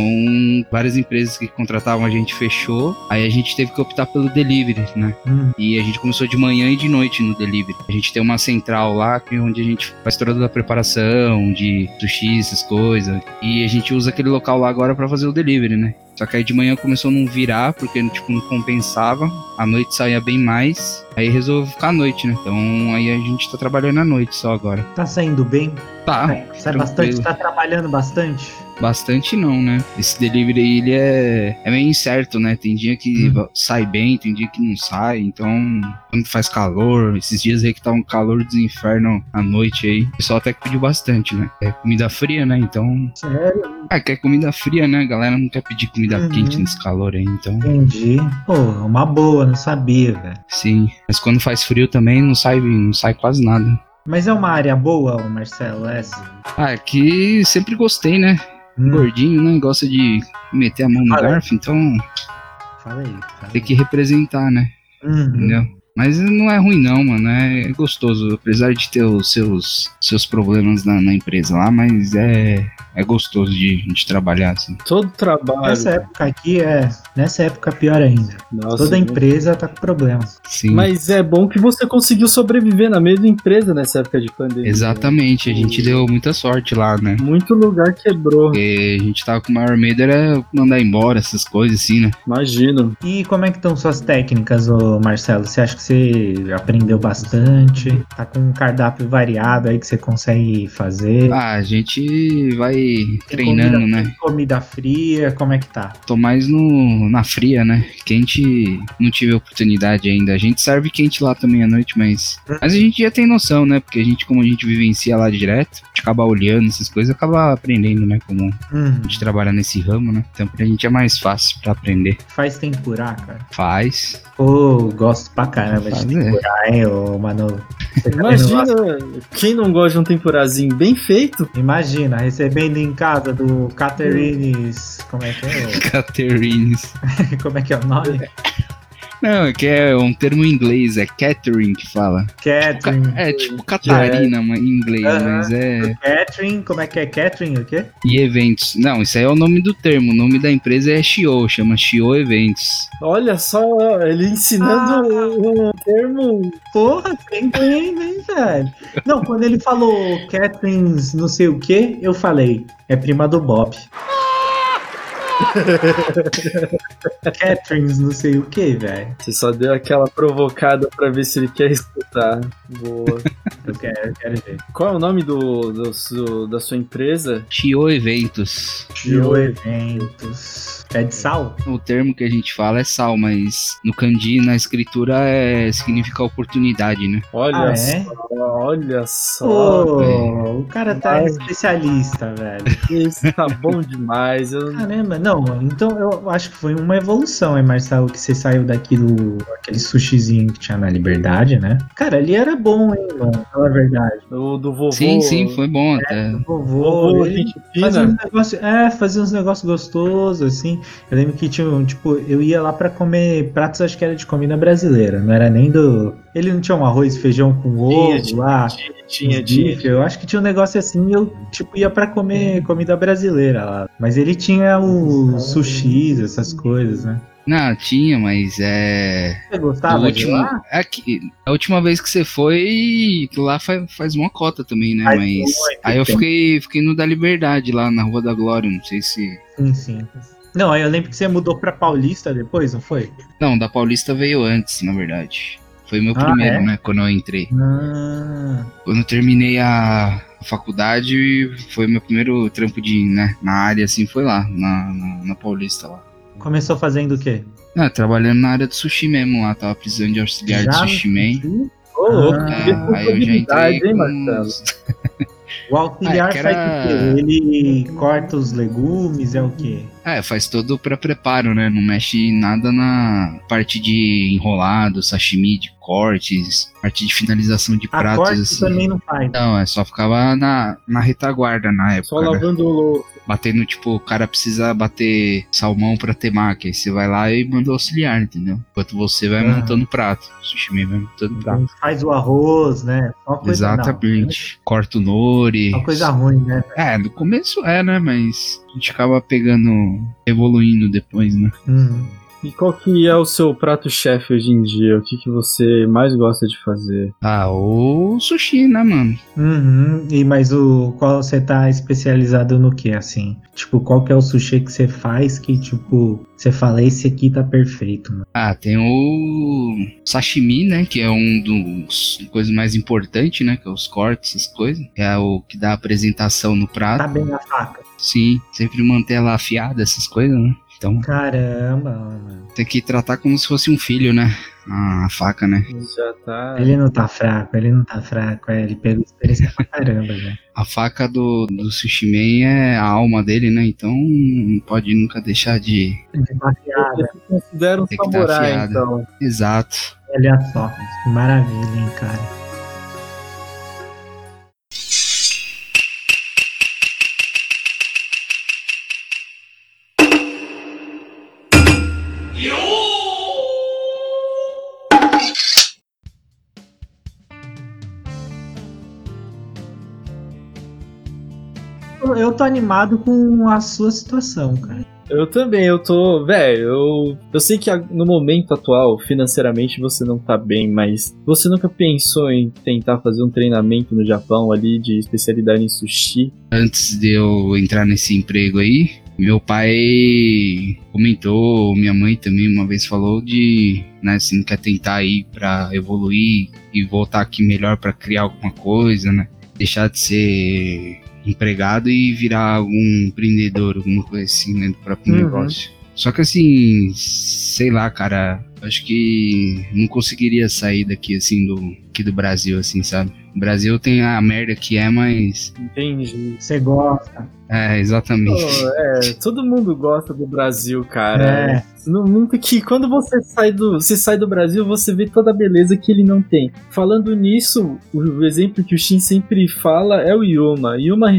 Speaker 7: várias empresas que contratavam a gente fechou. Aí a gente teve que optar pelo delivery, né?
Speaker 11: Hum.
Speaker 7: E a gente começou de manhã e de noite no delivery. A gente tem uma central lá que é onde a gente faz toda a preparação de sushi, essas coisas. E a gente usa aquele local lá agora pra fazer o delivery, né? Só que aí de manhã começou a não virar, porque tipo, não compensava. À noite saía bem mais. Aí resolveu ficar à noite, né? Então aí a gente tá trabalhando à noite só agora.
Speaker 11: Tá saindo bem?
Speaker 7: Tá,
Speaker 11: Sai- Sai bastante,
Speaker 7: tranquilo.
Speaker 11: tá trabalhando bastante?
Speaker 7: Bastante não, né? Esse delivery aí, ele é, é meio incerto, né? Tem dia que
Speaker 11: Uhum.
Speaker 7: va- sai bem, tem dia que não sai. Então, quando faz calor, esses dias aí que tá um calor dos infernos à noite aí, o pessoal até que pediu bastante, né? É comida fria, né? Então,
Speaker 11: Sério?
Speaker 7: ah, quer comida fria, né? A galera não quer pedir comida
Speaker 11: Uhum.
Speaker 7: quente nesse calor aí, então.
Speaker 11: Entendi. Pô, uma boa, não sabia, velho.
Speaker 7: Sim, mas quando faz frio também não sai, não sai quase nada.
Speaker 11: Mas é uma área boa, ô Marcelo, essa?
Speaker 7: Ah, aqui sempre gostei, né?
Speaker 11: Hum,
Speaker 7: Gordinho, né? Gosta de meter a mão no
Speaker 11: Ah, é.
Speaker 7: garfo, então
Speaker 11: fala aí. Fala
Speaker 7: tem que representar, né?
Speaker 11: Uhum.
Speaker 7: entendeu? Mas não é ruim não, mano, é gostoso, apesar de ter os seus, seus problemas na, na empresa lá, mas é, é gostoso de, de trabalhar, assim.
Speaker 10: Todo trabalho.
Speaker 11: Nessa época aqui é. Nessa época pior ainda.
Speaker 10: Nossa,
Speaker 11: Toda
Speaker 10: né?
Speaker 11: empresa tá com problemas.
Speaker 7: Sim,
Speaker 10: Mas é bom que você conseguiu sobreviver na mesma empresa nessa época de pandemia.
Speaker 7: exatamente, a gente deu muita sorte lá, né?
Speaker 10: Muito lugar quebrou,
Speaker 7: Porque a gente tava com o maior medo era mandar embora essas coisas assim, né?
Speaker 10: imagino.
Speaker 11: E como é que estão suas técnicas, ô Marcelo? Você acha que você você aprendeu bastante? Tá com um cardápio variado aí que você consegue fazer?
Speaker 7: Ah, a gente vai
Speaker 11: Tem
Speaker 7: treinando,
Speaker 11: comida,
Speaker 7: né?
Speaker 11: tem Comida fria, como é que tá?
Speaker 7: Tô mais no, na fria, né? Quente não tive oportunidade ainda. A gente serve quente lá também à noite, mas. Mas a gente já tem noção, né? Porque a gente, como a gente vivencia lá direto, a gente acaba olhando essas coisas, acaba aprendendo, né? Como
Speaker 11: Hum,
Speaker 7: a gente trabalha nesse ramo, né? Então pra gente é mais fácil pra aprender.
Speaker 11: faz tempurá, cara.
Speaker 7: Faz.
Speaker 11: Pô, gosto pra caramba de
Speaker 7: Fazer.
Speaker 11: tempurá, hein, ô Manolo? Você tá vendo lá?
Speaker 10: Imagina, quem não gosta de um temporazinho bem feito?
Speaker 11: Imagina, recebendo em casa do Caterines. Como é que é?
Speaker 7: Caterines.
Speaker 11: o- Como é que é o nome?
Speaker 7: Não, é que é um termo em inglês, é catering que fala. Ca-
Speaker 11: Catherine.
Speaker 7: É tipo Catarina mas em inglês,
Speaker 11: Aham.
Speaker 7: mas é.
Speaker 11: Catherine, como é que é? Catherine, o quê?
Speaker 7: E eventos. Não, isso aí é o nome do termo. O nome da empresa é Shio, chama Shio Eventos.
Speaker 10: Olha só, ele
Speaker 11: Ah, tá.
Speaker 10: ensinando um termo.
Speaker 11: Porra, você entende, hein, velho? Não, quando ele falou Catherine's não sei o que, eu falei, é prima do Bob. Catherine's não sei o que, velho.
Speaker 10: Você só deu aquela provocada pra ver se ele quer escutar. Boa.
Speaker 11: Eu quero, eu quero ver.
Speaker 10: Qual é o nome do, do su- da sua empresa?
Speaker 7: Shio Eventos.
Speaker 11: Tio Eventos. É de sal?
Speaker 7: O termo que a gente fala é sal, mas no kanji, na escritura, é, significa oportunidade, né?
Speaker 10: Olha
Speaker 11: Ah, é?
Speaker 10: só, olha só.
Speaker 11: Pô, o cara tá
Speaker 10: Mas-
Speaker 11: especialista, velho.
Speaker 10: Isso tá bom demais. Eu
Speaker 11: Caramba, não, então eu acho que foi uma evolução, hein, Marcelo, que você saiu daquilo, aquele sushizinho que tinha na Liberdade, né? Cara, ali era bom, hein, mano, fala a verdade.
Speaker 10: O do vovô.
Speaker 7: Sim, sim, foi bom até.
Speaker 11: O vovô,
Speaker 10: Vovô,
Speaker 11: ele
Speaker 10: gente
Speaker 11: fazia
Speaker 10: fina.
Speaker 11: uns negócios, é, fazia uns negócios gostosos, assim. Eu lembro que tinha, um, tipo, eu ia lá pra comer pratos, acho que era de comida brasileira, não era nem do... Ele não tinha um arroz e feijão com ovo
Speaker 10: tinha,
Speaker 11: lá?
Speaker 10: Tinha,
Speaker 11: uns
Speaker 10: tinha.
Speaker 11: bife, Eu acho que tinha um negócio assim, eu tipo ia pra comer comida brasileira lá. Mas ele tinha o sushi, essas coisas, né?
Speaker 7: Não, tinha, mas é.
Speaker 11: Você gostava
Speaker 7: do
Speaker 11: de
Speaker 7: último.
Speaker 11: Tá, lá?
Speaker 7: Aqui, a última vez que você foi, lá faz, faz uma cota também, né?
Speaker 11: Faz
Speaker 7: mas.
Speaker 11: muito
Speaker 7: Aí eu
Speaker 11: tempo.
Speaker 7: fiquei, fiquei no da Liberdade, lá na Rua da Glória, não sei se.
Speaker 11: Sim, sim. Não, aí eu lembro que você mudou pra Paulista depois, não foi?
Speaker 7: Não, da Paulista veio antes, na verdade. Foi meu
Speaker 11: Ah,
Speaker 7: primeiro,
Speaker 11: é?
Speaker 7: né? Quando eu entrei.
Speaker 11: Ah,
Speaker 7: Quando eu terminei a faculdade, foi meu primeiro trampo de, né? Na área, assim, foi lá, na, na, na Paulista lá.
Speaker 11: começou fazendo o quê?
Speaker 7: Ah, trabalhando na área do sushi mesmo lá, tava precisando de auxiliar
Speaker 11: Já
Speaker 7: de
Speaker 11: no
Speaker 7: sushi man.
Speaker 10: Ô, louco,
Speaker 11: Ah,
Speaker 10: que
Speaker 7: Ah, aí eu já
Speaker 10: responsabilidade,
Speaker 7: entrei
Speaker 10: hein,
Speaker 7: com...
Speaker 10: Marcelo?
Speaker 11: O auxiliar
Speaker 7: Ah, que era-
Speaker 11: faz o quê? Ele corta os legumes, é o quê?
Speaker 7: É, faz todo o pré-preparo, né? Não mexe nada na parte de enrolado, sashimi, de cortes, parte de finalização de
Speaker 11: A
Speaker 7: pratos,
Speaker 11: corte
Speaker 7: assim.
Speaker 11: também não faz.
Speaker 7: Não, é só ficava na, na retaguarda na época,
Speaker 10: Só
Speaker 7: né?
Speaker 10: lavando o louco.
Speaker 7: Batendo, tipo, o cara precisa bater salmão pra temaki. Aí você vai lá e manda o auxiliar, entendeu? Enquanto você vai
Speaker 11: Ah.
Speaker 7: montando o prato. O sushi man vai montando o prato.
Speaker 11: Não Faz o arroz, né? Só coisa,
Speaker 7: Exatamente. Corta o nori.
Speaker 11: Não, uma coisa ruim, né?
Speaker 7: É, no começo é, né? Mas a gente acaba pegando, evoluindo depois, né?
Speaker 11: Hum.
Speaker 10: E qual que é o seu prato-chefe hoje em dia? O que, que você mais gosta de fazer?
Speaker 7: Ah, o sushi, né, mano?
Speaker 11: Uhum. E mas o qual você tá especializado no que assim? Tipo, qual que é o sushi que você faz que tipo, você fala esse aqui tá perfeito, mano.
Speaker 7: Ah, tem o sashimi, né? Que é um dos coisas mais importantes, né? Que é os cortes, essas coisas. É o que dá a apresentação no prato.
Speaker 11: Tá bem na faca.
Speaker 7: Sim, sempre manter ela afiada, essas coisas, né? Então,
Speaker 11: Caramba, mano.
Speaker 7: tem que tratar como se fosse um filho, né? A faca, né?
Speaker 10: Já tá.
Speaker 7: é
Speaker 11: Ele não tá fraco, ele não tá fraco, é, ele pegou experiência pra caramba, né?
Speaker 7: A faca do, do sushi man é a alma dele, né? Então, não pode nunca deixar de...
Speaker 11: De baseada.
Speaker 10: Você se considera um
Speaker 7: Tem que dar
Speaker 10: samurai,
Speaker 7: afiada.
Speaker 10: então.
Speaker 7: Exato.
Speaker 11: Olha só, que maravilha, hein, cara. Eu- Eu tô animado com a sua situação, cara.
Speaker 10: Eu também, eu tô. Velho, eu, eu sei que a- no momento atual, financeiramente, você não tá bem, mas você nunca pensou em tentar fazer um treinamento no Japão ali de especialidade em sushi?
Speaker 7: antes de eu entrar nesse emprego aí, Meu pai comentou, minha mãe também uma vez falou de, né, assim, quer tentar ir pra evoluir e voltar aqui melhor pra criar alguma coisa, né? Deixar de ser empregado e virar algum empreendedor, alguma coisa assim, né, do próprio
Speaker 5: Uhum.
Speaker 7: negócio. Só que assim, sei lá, cara, acho que não conseguiria sair daqui, assim, do, aqui do Brasil, assim, sabe? O Brasil tem a merda que é, mas...
Speaker 10: Entendi.
Speaker 11: Você gosta.
Speaker 7: É,
Speaker 10: Pô,
Speaker 7: exatamente.
Speaker 10: é, todo mundo gosta do Brasil, cara.
Speaker 11: É.
Speaker 10: Não- Nunca que quando você sai do, você sai do Brasil, você vê toda a beleza que ele não tem. Falando nisso, o exemplo que o Shin sempre fala é o Yuma. Yuma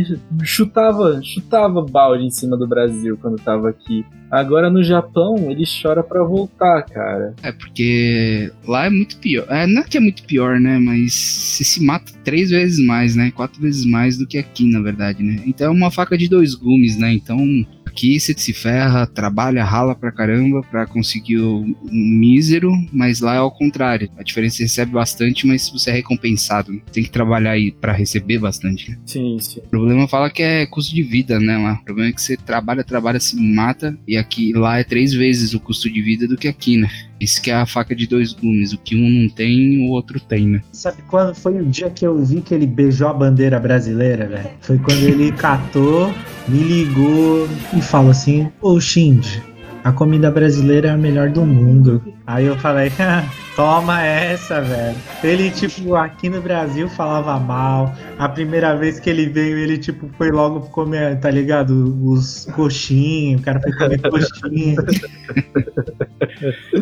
Speaker 10: chutava, chutava balde em cima do Brasil quando tava aqui. Agora no Japão, ele chora pra voltar, cara.
Speaker 7: É, porque lá é muito pior. É, não é que é muito pior, né? Mas você se mata três vezes mais, né? Quatro vezes mais do que aqui, na verdade, né? Então é uma faca de dois gumes, né? Então aqui você se ferra, trabalha, rala pra caramba pra conseguir o- um mísero, mas lá é ao contrário. A diferença é que você recebe bastante, mas você é recompensado. né? Tem que trabalhar aí pra receber bastante, né?
Speaker 10: Sim, sim.
Speaker 7: O problema fala que é custo de vida, né? Lá. O problema é que você trabalha, trabalha, se mata, e aqui lá é três vezes o custo de vida do que aqui, né? Isso que é a faca de dois gumes. O que um não tem, o outro tem, né?
Speaker 11: Sabe quando foi o dia que eu vi que ele beijou a bandeira brasileira, velho? Foi quando ele catou, me ligou e falou assim: Ô Shindy, a comida brasileira é a melhor do mundo. Aí eu falei: "Ah, toma essa, velho. Ele, tipo, aqui no Brasil falava mal. A primeira vez que ele veio, ele, tipo, foi logo comer, tá ligado? Os coxinhos, o cara foi comer coxinha.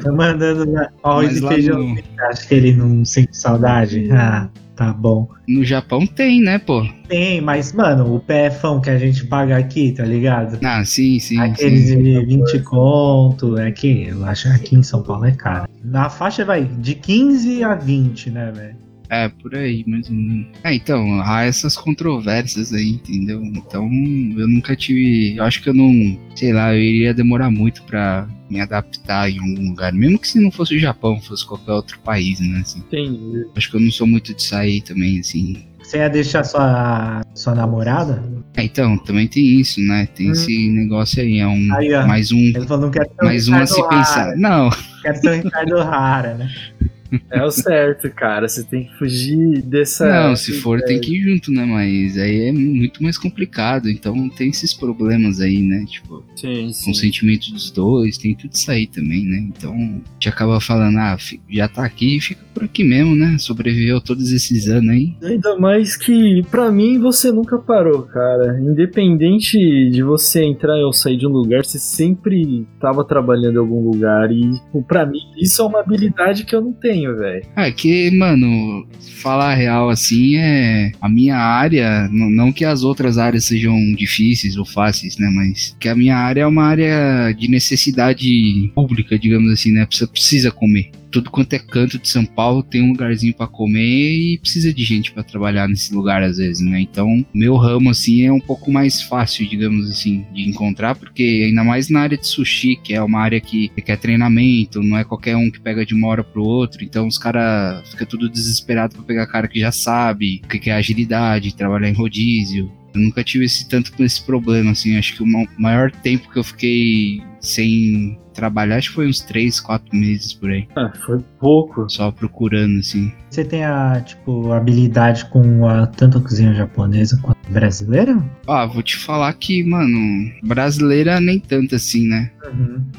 Speaker 11: tá mandando né, arroz
Speaker 7: Mas
Speaker 11: e
Speaker 7: lá
Speaker 11: feijão.
Speaker 7: no,
Speaker 11: Acho que ele não sente saudade. Ah, tá bom.
Speaker 7: no Japão tem, né, pô?
Speaker 11: Tem, mas, mano, o PFão que a gente paga aqui, tá ligado?
Speaker 7: Ah, sim, sim.
Speaker 11: Aqueles
Speaker 7: sim.
Speaker 11: de 20 conto, é que eu acho que aqui em São Paulo é caro. Na faixa vai de 15 a 20, né, velho?
Speaker 7: É, por aí, mais ou menos. É, então, há essas controvérsias aí, entendeu? Então, eu nunca tive. Eu acho que eu não. Sei lá, eu iria demorar muito pra me adaptar em algum lugar. Mesmo que se não fosse o Japão, fosse qualquer outro país, né? Assim.
Speaker 10: Entendi.
Speaker 7: Acho que eu não sou muito de sair também, assim.
Speaker 11: Você ia deixar sua, sua namorada?
Speaker 7: É, então, também tem isso, né? Tem
Speaker 11: Hum.
Speaker 7: esse negócio aí, é um.
Speaker 11: Aí, ó.
Speaker 7: Mais um.
Speaker 11: Ele falou, não quero ser um
Speaker 7: Mais um a se
Speaker 11: Ricardo
Speaker 7: pensar.
Speaker 11: Rara,
Speaker 7: Não,
Speaker 11: Quero ser um Ricardo Rara, né?
Speaker 10: É o certo, cara. Você tem que fugir dessa.
Speaker 7: não, se for tem que ir junto, né? Mas aí é muito mais complicado. Então tem esses problemas aí, né? Tipo,
Speaker 10: Sim, sim.
Speaker 7: consentimento dos dois, tem tudo isso aí também, né? Então a gente acaba falando, ah, fi- já tá aqui, fica por aqui mesmo, né? Sobreviveu todos esses anos aí.
Speaker 10: Ainda mais que, pra mim, você nunca parou, cara. Independente de você entrar ou sair de um lugar, você sempre tava trabalhando em algum lugar. E, tipo, pra mim, isso é uma habilidade que eu não tenho, velho.
Speaker 7: Ah, que, mano, falar a real assim é. A minha área, n- não que as outras áreas sejam difíceis ou fáceis, né? Mas que a minha área é uma área de necessidade pública, digamos assim, né? Você precisa comer. Tudo quanto é canto de São Paulo tem um lugarzinho pra comer e precisa de gente pra trabalhar nesse lugar às vezes, né? Então, meu ramo assim é um pouco mais fácil, digamos assim, de encontrar, porque ainda mais na área de sushi, que é uma área que requer treinamento, não é qualquer um que pega de uma hora pro outro, então os caras fica tudo desesperado pra pegar cara que já sabe, o que que é agilidade, trabalhar em rodízio. Eu nunca tive esse tanto com esse problema, assim, acho que o ma- maior tempo que eu fiquei sem trabalhar, acho que foi uns 3, 4 meses por aí,
Speaker 10: Ah, foi pouco.
Speaker 7: só procurando, assim.
Speaker 11: Você tem a, tipo, habilidade com a, tanto a cozinha japonesa quanto a brasileira?
Speaker 7: Ah, vou te falar que, mano, brasileira nem tanto assim, né?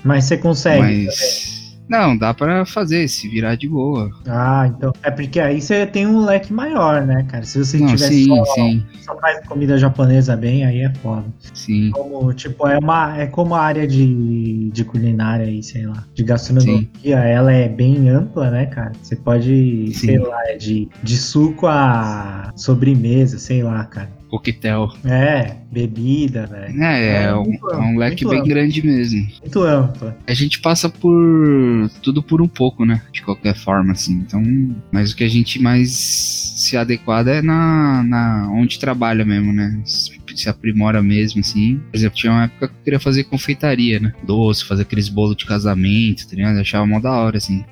Speaker 11: Mas você consegue.
Speaker 7: Mas. Não, dá pra fazer, se virar de boa.
Speaker 11: Ah, então. É porque aí você tem um leque maior, né, cara? Se você
Speaker 7: não,
Speaker 11: tiver
Speaker 7: sim,
Speaker 11: só,
Speaker 7: sim,
Speaker 11: só faz comida japonesa bem, aí é foda.
Speaker 7: sim,
Speaker 11: Como, tipo, é uma. É como a área de, de culinária aí, sei lá, de gastronomia, ela é bem ampla, né, cara? Você pode,
Speaker 7: Sim.
Speaker 11: sei lá, é de, de suco a sobremesa, sei lá, cara.
Speaker 7: coquetel.
Speaker 11: É, bebida, né? velho.
Speaker 7: É, é um, é um leque bem grande mesmo.
Speaker 11: Muito ampla.
Speaker 7: A gente passa por tudo por um pouco, né? De qualquer forma, assim. Então, mas o que a gente mais se adequada é na, na onde trabalha mesmo, né? Se se aprimora mesmo, assim. Por exemplo, tinha uma época que eu queria fazer confeitaria, né? Doce, fazer aqueles bolos de casamento, tá ligado? Eu achava mó da hora, assim.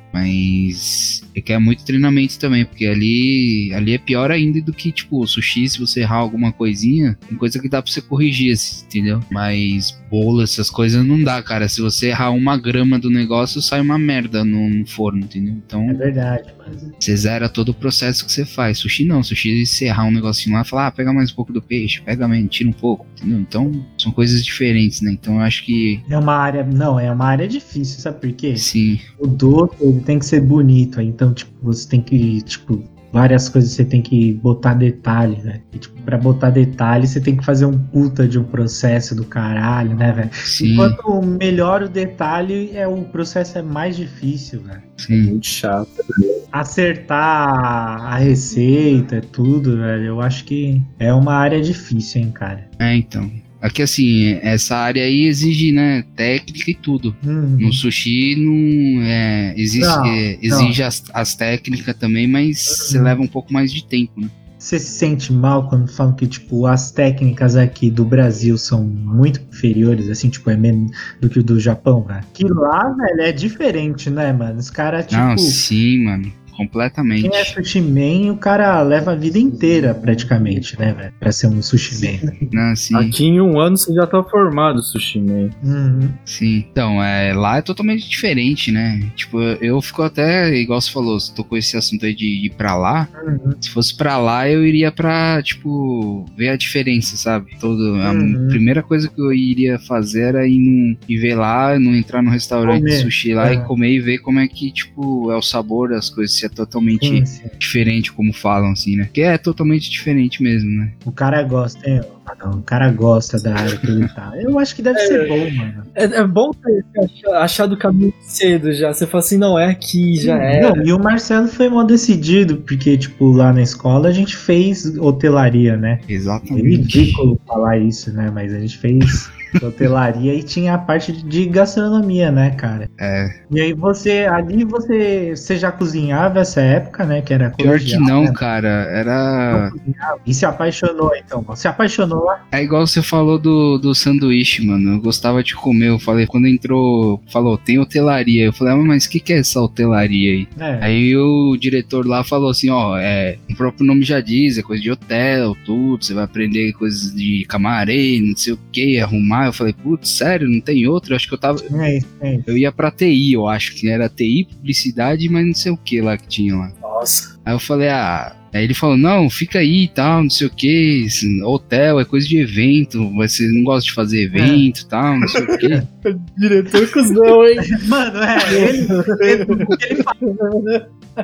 Speaker 7: Mas requer muito treinamento também, porque ali, ali é pior ainda do que, tipo, sushi, se você errar alguma coisinha, tem coisa que dá pra você corrigir, assim, entendeu? Mas bolo, essas coisas não dá, cara. Se você errar uma grama do negócio, sai uma merda no, no forno, entendeu? Então.
Speaker 11: É verdade, mano.
Speaker 7: Você zera todo o processo que você faz. Sushi não, sushi se errar um negocinho lá, fala, ah, pega mais um pouco do peixe, pega menos, tira um pouco, entendeu? Então, são coisas diferentes, né? Então eu acho que
Speaker 11: É uma área. Não, é uma área difícil, sabe por quê?
Speaker 7: sim,
Speaker 11: O doce ele tem que ser bonito, aí, então, tipo, você tem que, tipo, várias coisas você tem que botar detalhe, né? E, tipo, pra botar detalhe, você tem que fazer um puta de um processo do caralho, né, velho?
Speaker 7: sim,
Speaker 11: Enquanto melhor o detalhe, é o processo é mais difícil, velho.
Speaker 7: sim.
Speaker 10: Muito chato.
Speaker 11: Acertar a receita, tudo, velho, eu acho que é uma área difícil, hein, cara.
Speaker 7: É, então. Aqui assim, essa área aí exige, né, técnica e tudo.
Speaker 11: Uhum.
Speaker 7: No sushi não é, existe,
Speaker 11: Não, Uhum.
Speaker 7: é, exige as, as técnicas também, mas você leva um pouco mais de tempo, né?
Speaker 11: Você se sente mal quando falam que, tipo, as técnicas aqui do Brasil são muito inferiores, assim, tipo, é menos do que o do Japão, né? velho? Que lá, velho, é diferente, né, mano? Os caras, tipo,
Speaker 7: não, sim, mano, completamente.
Speaker 11: quem é sushi man, o cara leva a vida inteira, praticamente, né, velho? Pra ser um sushi man.
Speaker 7: Não, sim.
Speaker 10: Aqui em um ano você já tá formado, Sushi Man.
Speaker 11: Uhum.
Speaker 7: Sim, então, é, lá é totalmente diferente, né? Tipo, eu- eu fico até, igual você falou, você tocou esse assunto aí de ir pra lá.
Speaker 11: Uhum.
Speaker 7: Se fosse pra lá, eu iria pra, tipo, ver a diferença, sabe? Todo, a
Speaker 11: Uhum.
Speaker 7: primeira coisa que eu iria fazer era ir, num, ir ver lá, não entrar no restaurante de
Speaker 11: Comer.
Speaker 7: sushi lá
Speaker 11: É.
Speaker 7: e comer e ver como é que, tipo, é o sabor das coisas, se é totalmente
Speaker 11: Sim, sim.
Speaker 7: diferente, como falam, assim, né? Que é totalmente diferente mesmo, né?
Speaker 11: O cara gosta, hein? ô, Padrão? O cara gosta da área que ele tá. Eu acho que deve ser bom, mano.
Speaker 10: É, é bom ter ter achado- achado o caminho cedo já. Você fala assim, não, é aqui, já é.
Speaker 11: Não, e o Marcelo foi mal decidido, porque, tipo, lá na escola a gente fez hotelaria, né? É
Speaker 7: Exatamente.
Speaker 11: ridículo falar isso, né? Mas a gente fez hotelaria e tinha a parte de gastronomia, né, cara?
Speaker 7: É.
Speaker 11: E aí você, ali você, você já cozinhava essa época, né? Que era
Speaker 7: Pior que
Speaker 11: colegial,
Speaker 7: não,
Speaker 11: né?
Speaker 7: cara. Era.
Speaker 11: Não cozinhava. E se apaixonou, então. Se apaixonou lá.
Speaker 7: É igual você falou do, do sanduíche, mano. Eu gostava de comer. Eu falei, quando entrou, falou, tem hotelaria. Eu falei, ah, mas o que, que é essa hotelaria aí?
Speaker 11: né?
Speaker 7: Aí o diretor lá falou assim: ó, é, o próprio nome já diz, é coisa de hotel, tudo. Você vai aprender coisas de camarim, não sei o que, arrumar. Eu falei, putz, sério, não tem outro? Eu acho que eu tava.
Speaker 11: É isso, é isso.
Speaker 7: Eu ia pra TI, eu acho que era TI, publicidade, mas não sei o que lá que tinha lá.
Speaker 10: Nossa.
Speaker 7: Aí eu falei, ah. Aí ele falou, não, fica aí e tal, não sei o que, hotel é coisa de evento, você não gosta de fazer evento e tal, não sei o que.
Speaker 10: Diretor cuzão, hein?
Speaker 11: Mano, é, ele,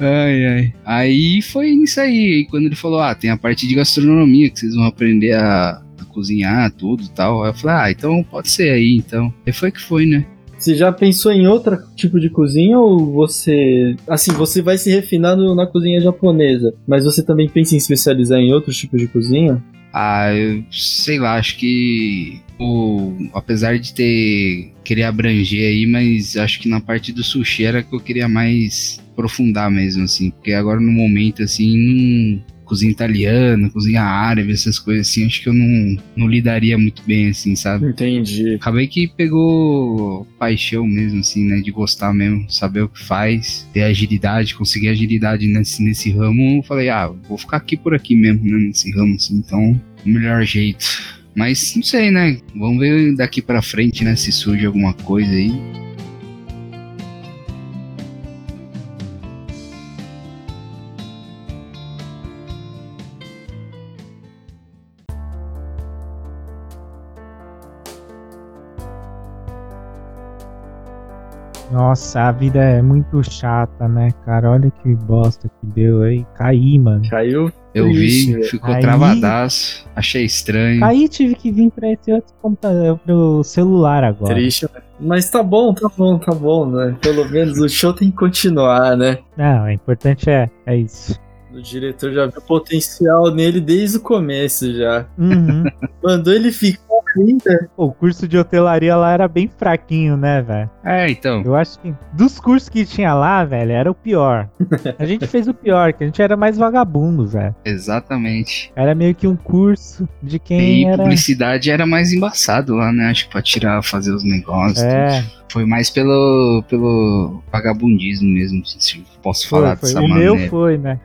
Speaker 7: Ai, ai. Aí foi isso aí, aí quando ele falou, ah, tem a parte de gastronomia que vocês vão aprender a, a cozinhar, tudo e tal. Aí eu falei, ah, então pode ser aí, então. Aí foi que foi, né?
Speaker 10: Você já pensou em outro tipo de cozinha ou você. Assim, você vai se refinar no- na cozinha japonesa, mas você também pensa em especializar em outros tipos de cozinha?
Speaker 7: Ah, eu sei lá, acho que o, apesar de ter querer abranger aí, mas acho que na parte do sushi era que eu queria mais aprofundar mesmo, assim, porque agora no momento assim, não cozinha italiana, cozinha árabe, essas coisas assim, acho que eu não, não lidaria muito bem, assim, sabe?
Speaker 10: Entendi.
Speaker 7: Acabei que pegou paixão mesmo, assim, né? De gostar mesmo, saber o que faz, ter agilidade, conseguir agilidade nesse, nesse ramo. Eu falei, ah, vou ficar aqui por aqui mesmo, né? Nesse ramo, assim, então, o melhor jeito. Mas não sei, né? Vamos ver daqui pra frente, né? Se surge alguma coisa aí.
Speaker 11: Nossa, a vida é muito chata, né, cara? Olha que bosta que deu aí. Caí, mano.
Speaker 10: Caiu.
Speaker 7: Eu
Speaker 10: Ixi,
Speaker 7: vi,
Speaker 10: velho.
Speaker 7: ficou
Speaker 11: é. Aí-
Speaker 7: travadaço, achei estranho.
Speaker 11: Aí tive que vir pra esse outro computador, pro celular agora.
Speaker 10: Triste, né? Mas tá bom, tá bom, tá bom, né? Pelo menos o show tem que continuar, né?
Speaker 11: Não, o importante é, é isso.
Speaker 10: O diretor já viu potencial nele desde o começo já.
Speaker 11: Uhum.
Speaker 10: Mandou ele ficar ainda.
Speaker 11: O curso de hotelaria lá era bem fraquinho, né, velho?
Speaker 7: É, então.
Speaker 11: Eu acho que dos cursos que tinha lá, velho, era o pior. A gente fez o pior, que a gente era mais vagabundo, velho.
Speaker 7: Exatamente.
Speaker 11: Era meio que um curso de quem
Speaker 7: E
Speaker 11: era.
Speaker 7: publicidade era mais embaçado lá, né? Acho que pra tirar, fazer os negócios.
Speaker 11: É.
Speaker 7: tudo. Foi mais pelo, pelo vagabundismo mesmo, se eu posso
Speaker 11: Foi,
Speaker 7: falar
Speaker 11: foi.
Speaker 7: dessa
Speaker 11: O
Speaker 7: maneira.
Speaker 11: meu foi, né?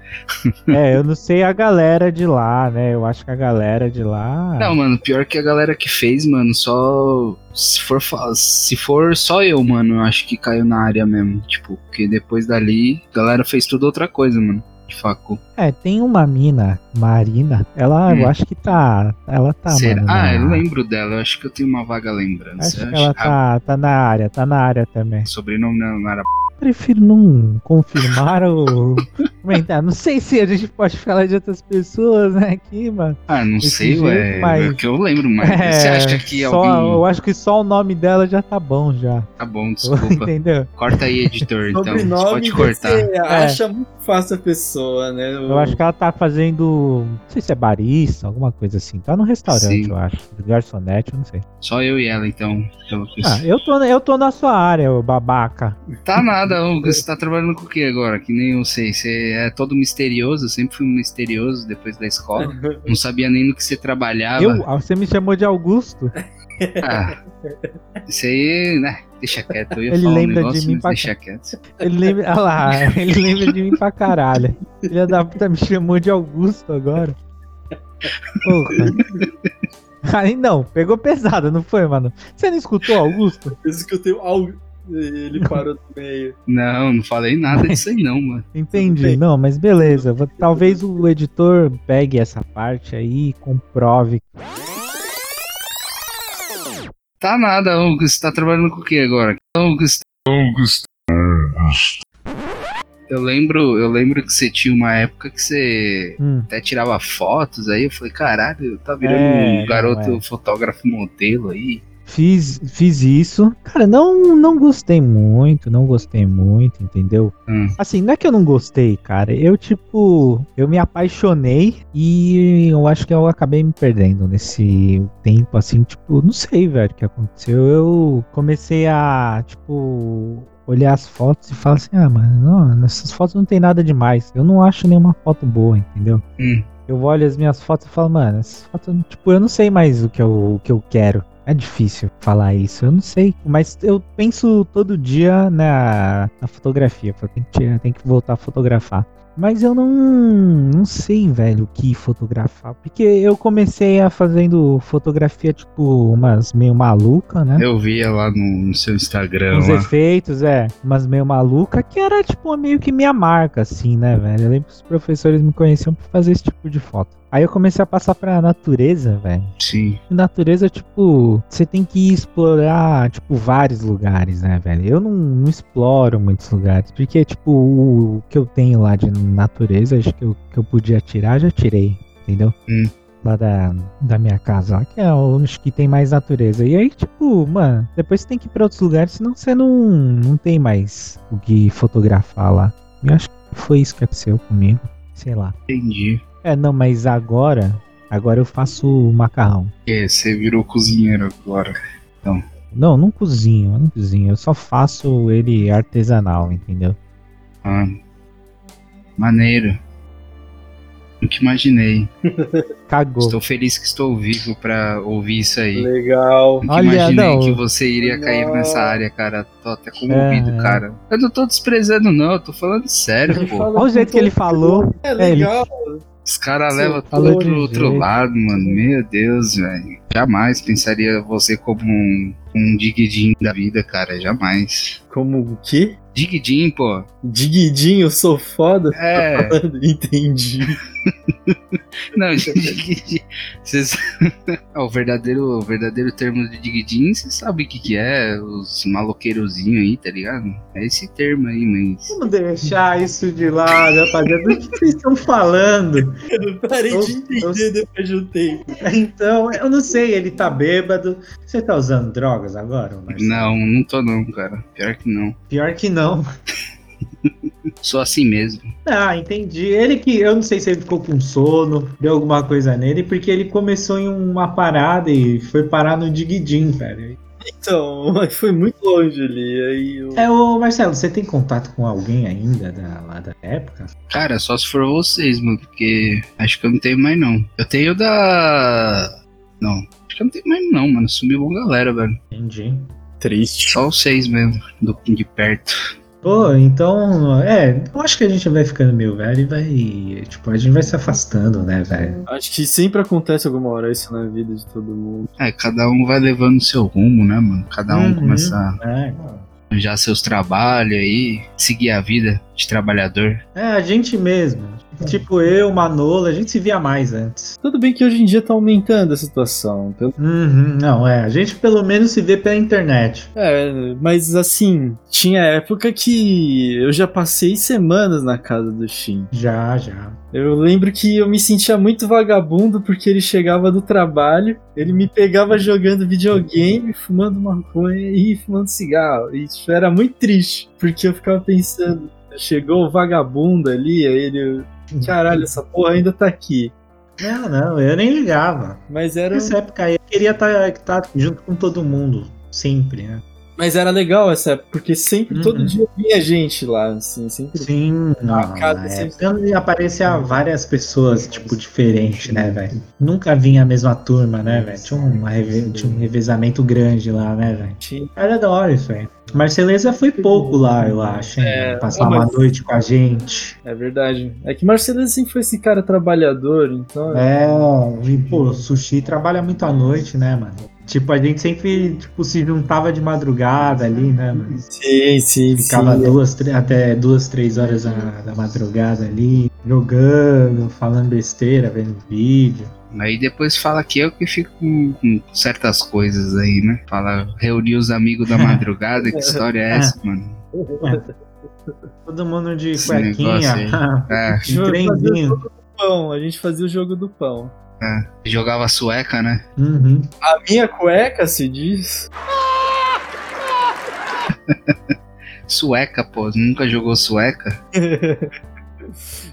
Speaker 11: é, eu não sei a galera de lá, né? Eu acho que a galera de lá.
Speaker 7: Não, mano, pior que a galera que fez, mano, só. Se for, fa- se for só eu, mano, eu acho que caiu na área mesmo. Tipo, porque depois dali, a galera fez tudo outra coisa, mano. De facu.
Speaker 11: É, tem uma mina, Marina. Ela, eu
Speaker 7: Hum.
Speaker 11: acho que tá. Ela tá.
Speaker 7: Será?
Speaker 11: mano,
Speaker 7: Ah,
Speaker 11: na-
Speaker 7: eu lembro dela, eu acho que eu tenho uma vaga lembrança.
Speaker 11: Acho que
Speaker 7: Eu
Speaker 11: ela tá, tá na área, tá na área também.
Speaker 7: Sobrenome não não era.
Speaker 11: Prefiro não confirmar ou comentar. Não sei se a gente pode falar de outras pessoas, né, aqui, mano.
Speaker 7: Ah, não
Speaker 11: Desse
Speaker 7: sei,
Speaker 11: jeito,
Speaker 7: ué. É
Speaker 11: mas-
Speaker 7: que eu lembro, mas você
Speaker 11: É,
Speaker 7: acha que
Speaker 11: só-
Speaker 7: alguém.
Speaker 11: Eu acho que só o nome dela já tá bom, já.
Speaker 7: Tá bom, desculpa.
Speaker 11: Entendeu?
Speaker 7: Corta aí, editor, então.
Speaker 10: Sobrenome
Speaker 7: Pode cortar.
Speaker 10: Você acha
Speaker 11: É.
Speaker 10: muito fácil a pessoa, né?
Speaker 11: Eu acho que ela tá fazendo. Não sei se é barista, alguma coisa assim. Tá no restaurante,
Speaker 7: Sim.
Speaker 11: eu acho. Garçonete, eu não sei.
Speaker 7: Só eu e ela, então. pelo que eu
Speaker 11: Ah, eu tô, eu tô na sua área, ô babaca.
Speaker 7: Tá nada, ô, você tá trabalhando com o que agora? Que nem eu sei. Você é todo misterioso, eu sempre fui um misterioso depois da escola. Não sabia nem no que você trabalhava.
Speaker 11: Eu, ah, você me chamou de Augusto?
Speaker 7: Ah, isso aí, né? Deixa quieto. Eu ia
Speaker 11: Ele
Speaker 7: falar um
Speaker 11: lembra de
Speaker 7: negócio,
Speaker 11: mim
Speaker 7: mas
Speaker 11: pra
Speaker 7: deixa
Speaker 11: cá.
Speaker 7: quieto.
Speaker 11: Ele lembra, ah lá, ele lembra de mim pra caralho. Filha da puta me chamou de Augusto agora. Porra. Aí não, pegou pesado, não foi, mano? Você não escutou, Augusto?
Speaker 10: Isso que eu tenho algo. Ele parou no meio.
Speaker 7: Não, não falei nada disso aí não, mano.
Speaker 11: Entendi, não, mas beleza. Vou- Talvez o editor pegue essa parte aí e comprove.
Speaker 7: Tá nada, ô, você tá trabalhando com o que agora? Augusto. Augusto. Eu lembro, eu lembro que você tinha uma época que você
Speaker 11: Hum.
Speaker 7: até tirava fotos aí, eu falei, caralho, tá virando
Speaker 11: É,
Speaker 7: um garoto
Speaker 11: não é.
Speaker 7: fotógrafo modelo aí.
Speaker 11: Fiz, fiz isso. Cara, não, não gostei muito, não gostei muito, entendeu? Assim, não é que eu não gostei, cara. Eu, tipo, eu me apaixonei e eu acho que eu acabei me perdendo nesse tempo, assim, tipo, não sei, velho, o que aconteceu. Eu comecei a, tipo, olhar as fotos e falar assim, ah, mano, não, essas fotos não tem nada demais. Eu não acho nenhuma foto boa, entendeu?
Speaker 7: Hum.
Speaker 11: Eu olho as minhas fotos e falo, mano, essas fotos, tipo, eu não sei mais o que eu, o que eu quero. É difícil falar isso, eu não sei. Mas eu penso todo dia na, na fotografia. Falo, Tem que, tirar- tem que voltar a fotografar. Mas eu não, não sei, velho, o que fotografar. Porque eu comecei a fazendo fotografia, tipo, umas meio maluca, né?
Speaker 7: Eu via lá no, no seu Instagram.
Speaker 11: Uns
Speaker 7: lá.
Speaker 11: efeitos, é, umas meio maluca, que era tipo meio que minha marca, assim, né, velho? Eu lembro que os professores me conheciam por fazer esse tipo de foto. Aí eu comecei a passar pra natureza, velho.
Speaker 7: Sim.
Speaker 11: Natureza, tipo, você tem que explorar, tipo, vários lugares, né, velho? Eu não, não exploro muitos lugares, porque, tipo, o, o que eu tenho lá de natureza, acho que eu, que eu podia tirar, já tirei, entendeu? Lá da, da minha casa, lá, que é o- acho que tem mais natureza. E aí, tipo, mano, depois você tem que ir pra outros lugares, senão você não, não tem mais o que fotografar lá. E eu acho que foi isso que aconteceu comigo, sei lá.
Speaker 7: Entendi.
Speaker 11: É, não, mas agora, agora eu faço macarrão.
Speaker 7: Porque É, você virou cozinheiro agora. Então,
Speaker 11: tipo, Não, não cozinho, eu não cozinho. Eu só faço ele artesanal, entendeu?
Speaker 7: ah, maneiro. Nunca imaginei.
Speaker 11: Cagou.
Speaker 7: Estou feliz que estou vivo pra ouvir isso aí.
Speaker 10: Legal.
Speaker 7: Nunca
Speaker 11: Olha,
Speaker 7: imaginei
Speaker 11: não.
Speaker 7: que você iria cair nessa área, cara. Tô até comovido,
Speaker 11: É, é.
Speaker 7: cara. Eu não tô desprezando, não. Eu tô falando sério, pô.
Speaker 11: Olha o jeito que ele falou.
Speaker 10: É
Speaker 11: ele-
Speaker 10: legal.
Speaker 7: Os caras
Speaker 10: Sim,
Speaker 7: levam
Speaker 11: falou
Speaker 7: tudo
Speaker 11: de
Speaker 7: pro
Speaker 11: um
Speaker 7: outro
Speaker 11: jeito.
Speaker 7: lado, mano. Meu Deus, velho. Jamais pensaria você como um, um digidinho da vida, cara. Jamais.
Speaker 10: Como o quê?
Speaker 7: Digidinho, pô.
Speaker 10: Diguidinho, eu sou foda.
Speaker 7: É.
Speaker 10: Entendi.
Speaker 7: Não, digidinho. Vocês- Ah, o, verdadeiro, o verdadeiro termo de digidinho, você sabe o que, que é. Os maloqueirozinhos aí, tá ligado? É esse termo aí, mas.
Speaker 12: Vamos deixar isso de lado, rapaziada. Do que vocês estão falando?
Speaker 10: Eu parei de entender depois de um tempo.
Speaker 12: Então, eu não sei, ele tá bêbado. Você tá
Speaker 11: assim?
Speaker 12: usando drogas agora, Marcelo?
Speaker 7: Não, não tô não, cara. Pior que não.
Speaker 12: Pior que não.
Speaker 7: Sou assim mesmo.
Speaker 11: Ah, entendi. Ele que. Eu não sei se ele ficou com sono, deu alguma coisa nele, porque ele começou em uma parada e foi parar no Digidin, velho.
Speaker 10: Então, mas foi muito longe ali. Aí eu...
Speaker 11: É, ô Marcelo, você tem contato com alguém ainda da, lá da época?
Speaker 7: Cara, só se for vocês, mano, porque acho que eu não tenho mais não. Eu tenho da. Não, acho que eu não tenho mais não, mano. Sumiu uma galera, velho.
Speaker 11: Entendi.
Speaker 10: Triste.
Speaker 7: Só os seis mesmo, do de perto.
Speaker 11: Pô, então. É, eu acho que a gente vai ficando meio velho e vai. Tipo, a gente vai se afastando, né, velho?
Speaker 10: Acho que sempre acontece alguma hora isso na vida de todo mundo.
Speaker 7: É, cada um vai levando o seu rumo, né, mano? Cada um
Speaker 11: Uhum.
Speaker 7: começa a
Speaker 11: É,
Speaker 7: arranjar seus trabalhos aí, seguir a vida de trabalhador.
Speaker 11: é, a gente mesmo. Tipo, eu, Manolo, a gente se via mais antes.
Speaker 10: Tudo bem que hoje em dia tá aumentando a situação. pelo-
Speaker 11: Uhum, não, é. A gente pelo menos se vê pela internet.
Speaker 10: É, mas assim, tinha época que eu já passei semanas na casa do Shin.
Speaker 11: Já, já.
Speaker 10: Eu lembro que eu me sentia muito vagabundo porque ele chegava do trabalho, ele me pegava jogando videogame, fumando maconha e fumando cigarro. E isso era muito triste, porque eu ficava pensando, chegou o vagabundo ali, aí ele, caralho, essa porra ainda tá aqui.
Speaker 11: Não, não, eu nem ligava.
Speaker 10: Mas era
Speaker 11: Nessa época aí eu queria estar junto com todo mundo. Sempre, né?
Speaker 10: Mas era legal essa época, porque sempre, todo
Speaker 11: Uhum.
Speaker 10: dia vinha gente lá, assim, sempre.
Speaker 11: Sim, não,
Speaker 10: casa
Speaker 11: é,
Speaker 10: sempre-
Speaker 11: quando aparecia várias pessoas, tipo, diferente, né, velho? Nunca vinha a mesma turma, né, velho? Tinha, uma reve- tinha um revezamento grande lá, né, velho? Era da hora isso aí. Marceleza foi pouco lá, eu acho, hein?
Speaker 10: É,
Speaker 11: Passar
Speaker 10: mas-
Speaker 11: uma noite com a gente.
Speaker 10: É verdade. É que Marcelo sempre foi esse cara trabalhador, então.
Speaker 11: É, e, pô, sushi trabalha muito à noite, né, mano? Tipo, a gente sempre, tipo, se juntava de madrugada ali, né, mano?
Speaker 10: Sim, sim,
Speaker 11: Ficava
Speaker 10: sim.
Speaker 11: duas, tre- até duas, três horas da, da madrugada ali, jogando, falando besteira, vendo vídeo.
Speaker 7: Aí depois fala que eu que fico com, com certas coisas aí, né? Fala, reunir os amigos da madrugada, que história é essa, mano?
Speaker 11: É. Todo mundo de
Speaker 7: Esse negócio aí.
Speaker 11: cuequinha,
Speaker 7: É.
Speaker 11: de trenzinho.
Speaker 10: Pão, a gente fazia o jogo do pão.
Speaker 7: É, jogava sueca, né?
Speaker 11: Uhum.
Speaker 10: A minha cueca se diz.
Speaker 7: Sueca, pô, nunca jogou sueca?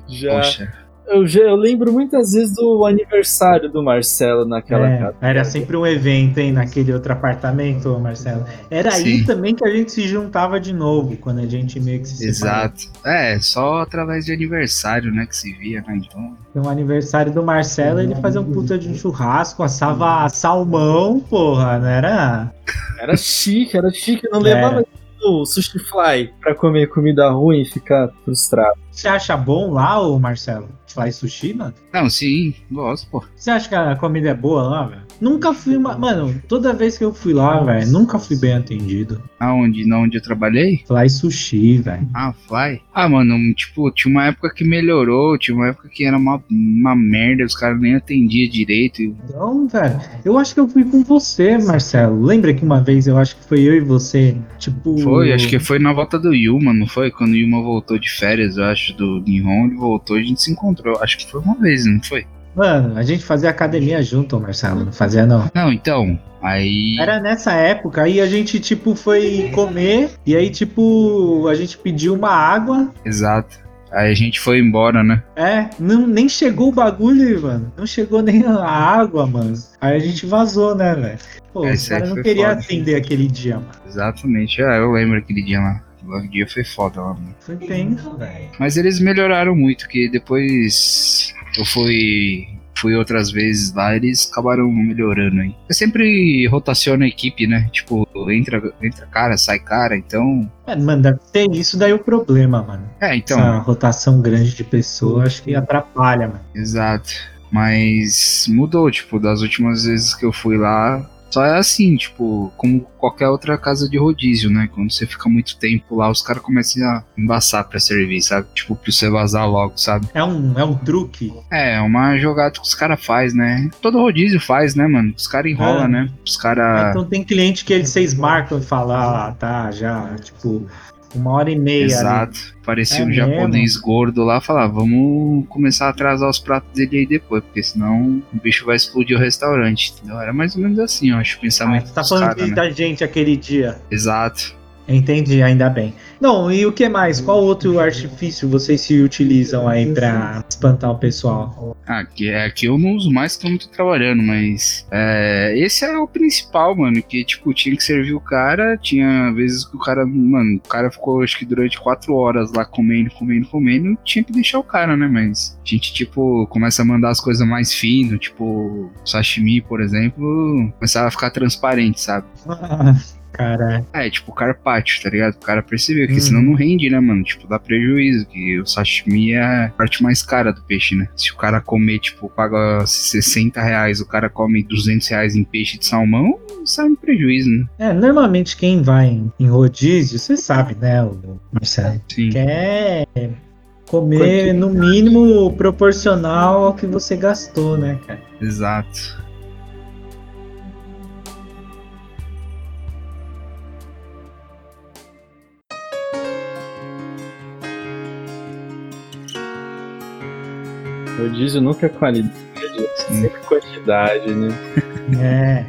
Speaker 10: já,
Speaker 7: Poxa,
Speaker 10: eu já- eu lembro muitas vezes do aniversário do Marcelo naquela
Speaker 11: É,
Speaker 10: casa.
Speaker 11: era sempre um evento, hein, naquele outro apartamento, ô, Marcelo. Era aí
Speaker 7: Sim.
Speaker 11: também que a gente se juntava de novo, quando a gente meio que se separava.
Speaker 7: exato. É, só através de aniversário, né, que se via, né? Então,
Speaker 11: No um aniversário do Marcelo, ele fazia um puta de um churrasco, assava salmão, porra, não era?
Speaker 10: Era chique, era chique. Não
Speaker 11: Era.
Speaker 10: levava o sushi fly pra comer comida ruim e ficar frustrado.
Speaker 11: Você acha bom lá, ô Marcelo? Fly sushi, mano?
Speaker 7: não, sim, gosto, pô.
Speaker 11: Você acha que a comida é boa lá, velho? Nunca fui, ma- mano, toda vez que eu fui lá, velho, nunca fui bem atendido.
Speaker 7: Aonde, na onde eu trabalhei?
Speaker 11: Fly sushi, velho.
Speaker 7: Ah, Fly. Ah, mano, tipo, tinha uma época que melhorou, tinha uma época que era uma, uma merda, os caras nem atendiam direito. e-
Speaker 11: Então, velho, eu acho que eu fui com você, Marcelo. Lembra que uma vez eu acho que foi eu e você, tipo.
Speaker 7: Foi, acho que foi na volta do Yuma, não foi? Quando o Yuma voltou de férias, eu acho, do Nihon, ele voltou e a gente se encontrou. Acho que foi uma vez, não foi?
Speaker 11: Mano, a gente fazia academia junto, ô Marcelo. Não fazia, não.
Speaker 7: Não, então, aí...
Speaker 11: Era nessa época, aí a gente, tipo, foi comer, e aí, tipo, a gente pediu uma água.
Speaker 7: Exato. Aí a gente foi embora, né?
Speaker 11: É, não, nem chegou o bagulho, mano. Não chegou nem a água, mano. Aí a gente vazou, né, velho? Pô,
Speaker 7: É,
Speaker 11: os
Speaker 7: isso aí
Speaker 11: caras não
Speaker 7: foi
Speaker 11: queriam
Speaker 7: foda.
Speaker 11: atender aquele dia, mano.
Speaker 7: Exatamente. Ah, eu lembro aquele dia lá. Aquele dia foi foda lá, mano.
Speaker 11: Foi tenso, velho.
Speaker 7: Mas eles melhoraram muito, que depois eu fui. Fui outras vezes lá, eles acabaram melhorando aí. Eu sempre rotaciono a equipe, né? Tipo, entra, entra cara, sai cara, então.
Speaker 11: É, Mano, deve ter isso daí o problema, mano.
Speaker 7: É, então.
Speaker 11: Essa rotação grande de pessoa, acho que atrapalha, mano.
Speaker 7: Exato. Mas mudou, tipo, das últimas vezes que eu fui lá. Só é assim, tipo, como qualquer outra casa de rodízio, né? Quando você fica muito tempo lá, os caras começam a embaçar pra servir, sabe? Tipo, pra você vazar logo, sabe?
Speaker 11: É um, é um truque.
Speaker 7: É, uma jogada que os caras faz, né? Todo rodízio faz, né, mano? Os caras enrolam,
Speaker 11: É.
Speaker 7: né? Os caras.
Speaker 11: Então tem cliente que eles vocês marcam e falam, ah, tá, já, tipo, uma hora e meia. ali.
Speaker 7: Exato. Parecia
Speaker 11: É
Speaker 7: um
Speaker 11: mesmo?
Speaker 7: japonês gordo lá falar, vamos começar a atrasar os pratos dele aí depois, porque senão o bicho vai explodir o Então, restaurante. Entendeu? Era mais ou menos assim, eu acho, o
Speaker 11: Ah,
Speaker 7: pensamento
Speaker 11: você tá
Speaker 7: dos
Speaker 11: falando
Speaker 7: caras,
Speaker 11: de-
Speaker 7: né?
Speaker 11: da gente aquele dia.
Speaker 7: Exato.
Speaker 11: Entendi, ainda bem. Não, e o que mais? Qual outro artifício vocês se utilizam aí pra espantar o pessoal?
Speaker 7: Ah, que, é, que eu não uso mais que eu não tô trabalhando, mas. é, esse é o principal, mano. Que, tipo, tinha que servir o cara. Tinha vezes que o cara. Mano, o cara ficou, acho que durante quatro horas lá comendo, comendo, comendo. Tinha que deixar o cara, né? Mas a gente, tipo, começa a mandar as coisas mais finas, tipo, sashimi, por exemplo. Começava a ficar transparente, sabe?
Speaker 11: Ah, Cara,
Speaker 7: É, tipo carpaccio, tá ligado? O cara percebeu que
Speaker 11: Uhum.
Speaker 7: senão não rende, né, mano? Tipo, dá prejuízo, que o sashimi é a parte mais cara do peixe, né? Se o cara comer, tipo, paga 60 reais, o cara come 200 reais em peixe de salmão, sai um prejuízo, né?
Speaker 11: é, normalmente quem vai em, em rodízio, você sabe, né, o Marcelo?
Speaker 7: Sim.
Speaker 11: Quer comer no mínimo proporcional ao que você gastou, né, cara?
Speaker 7: Exato.
Speaker 10: Rodízio nunca é qualidade, sempre quantidade, né?
Speaker 11: É.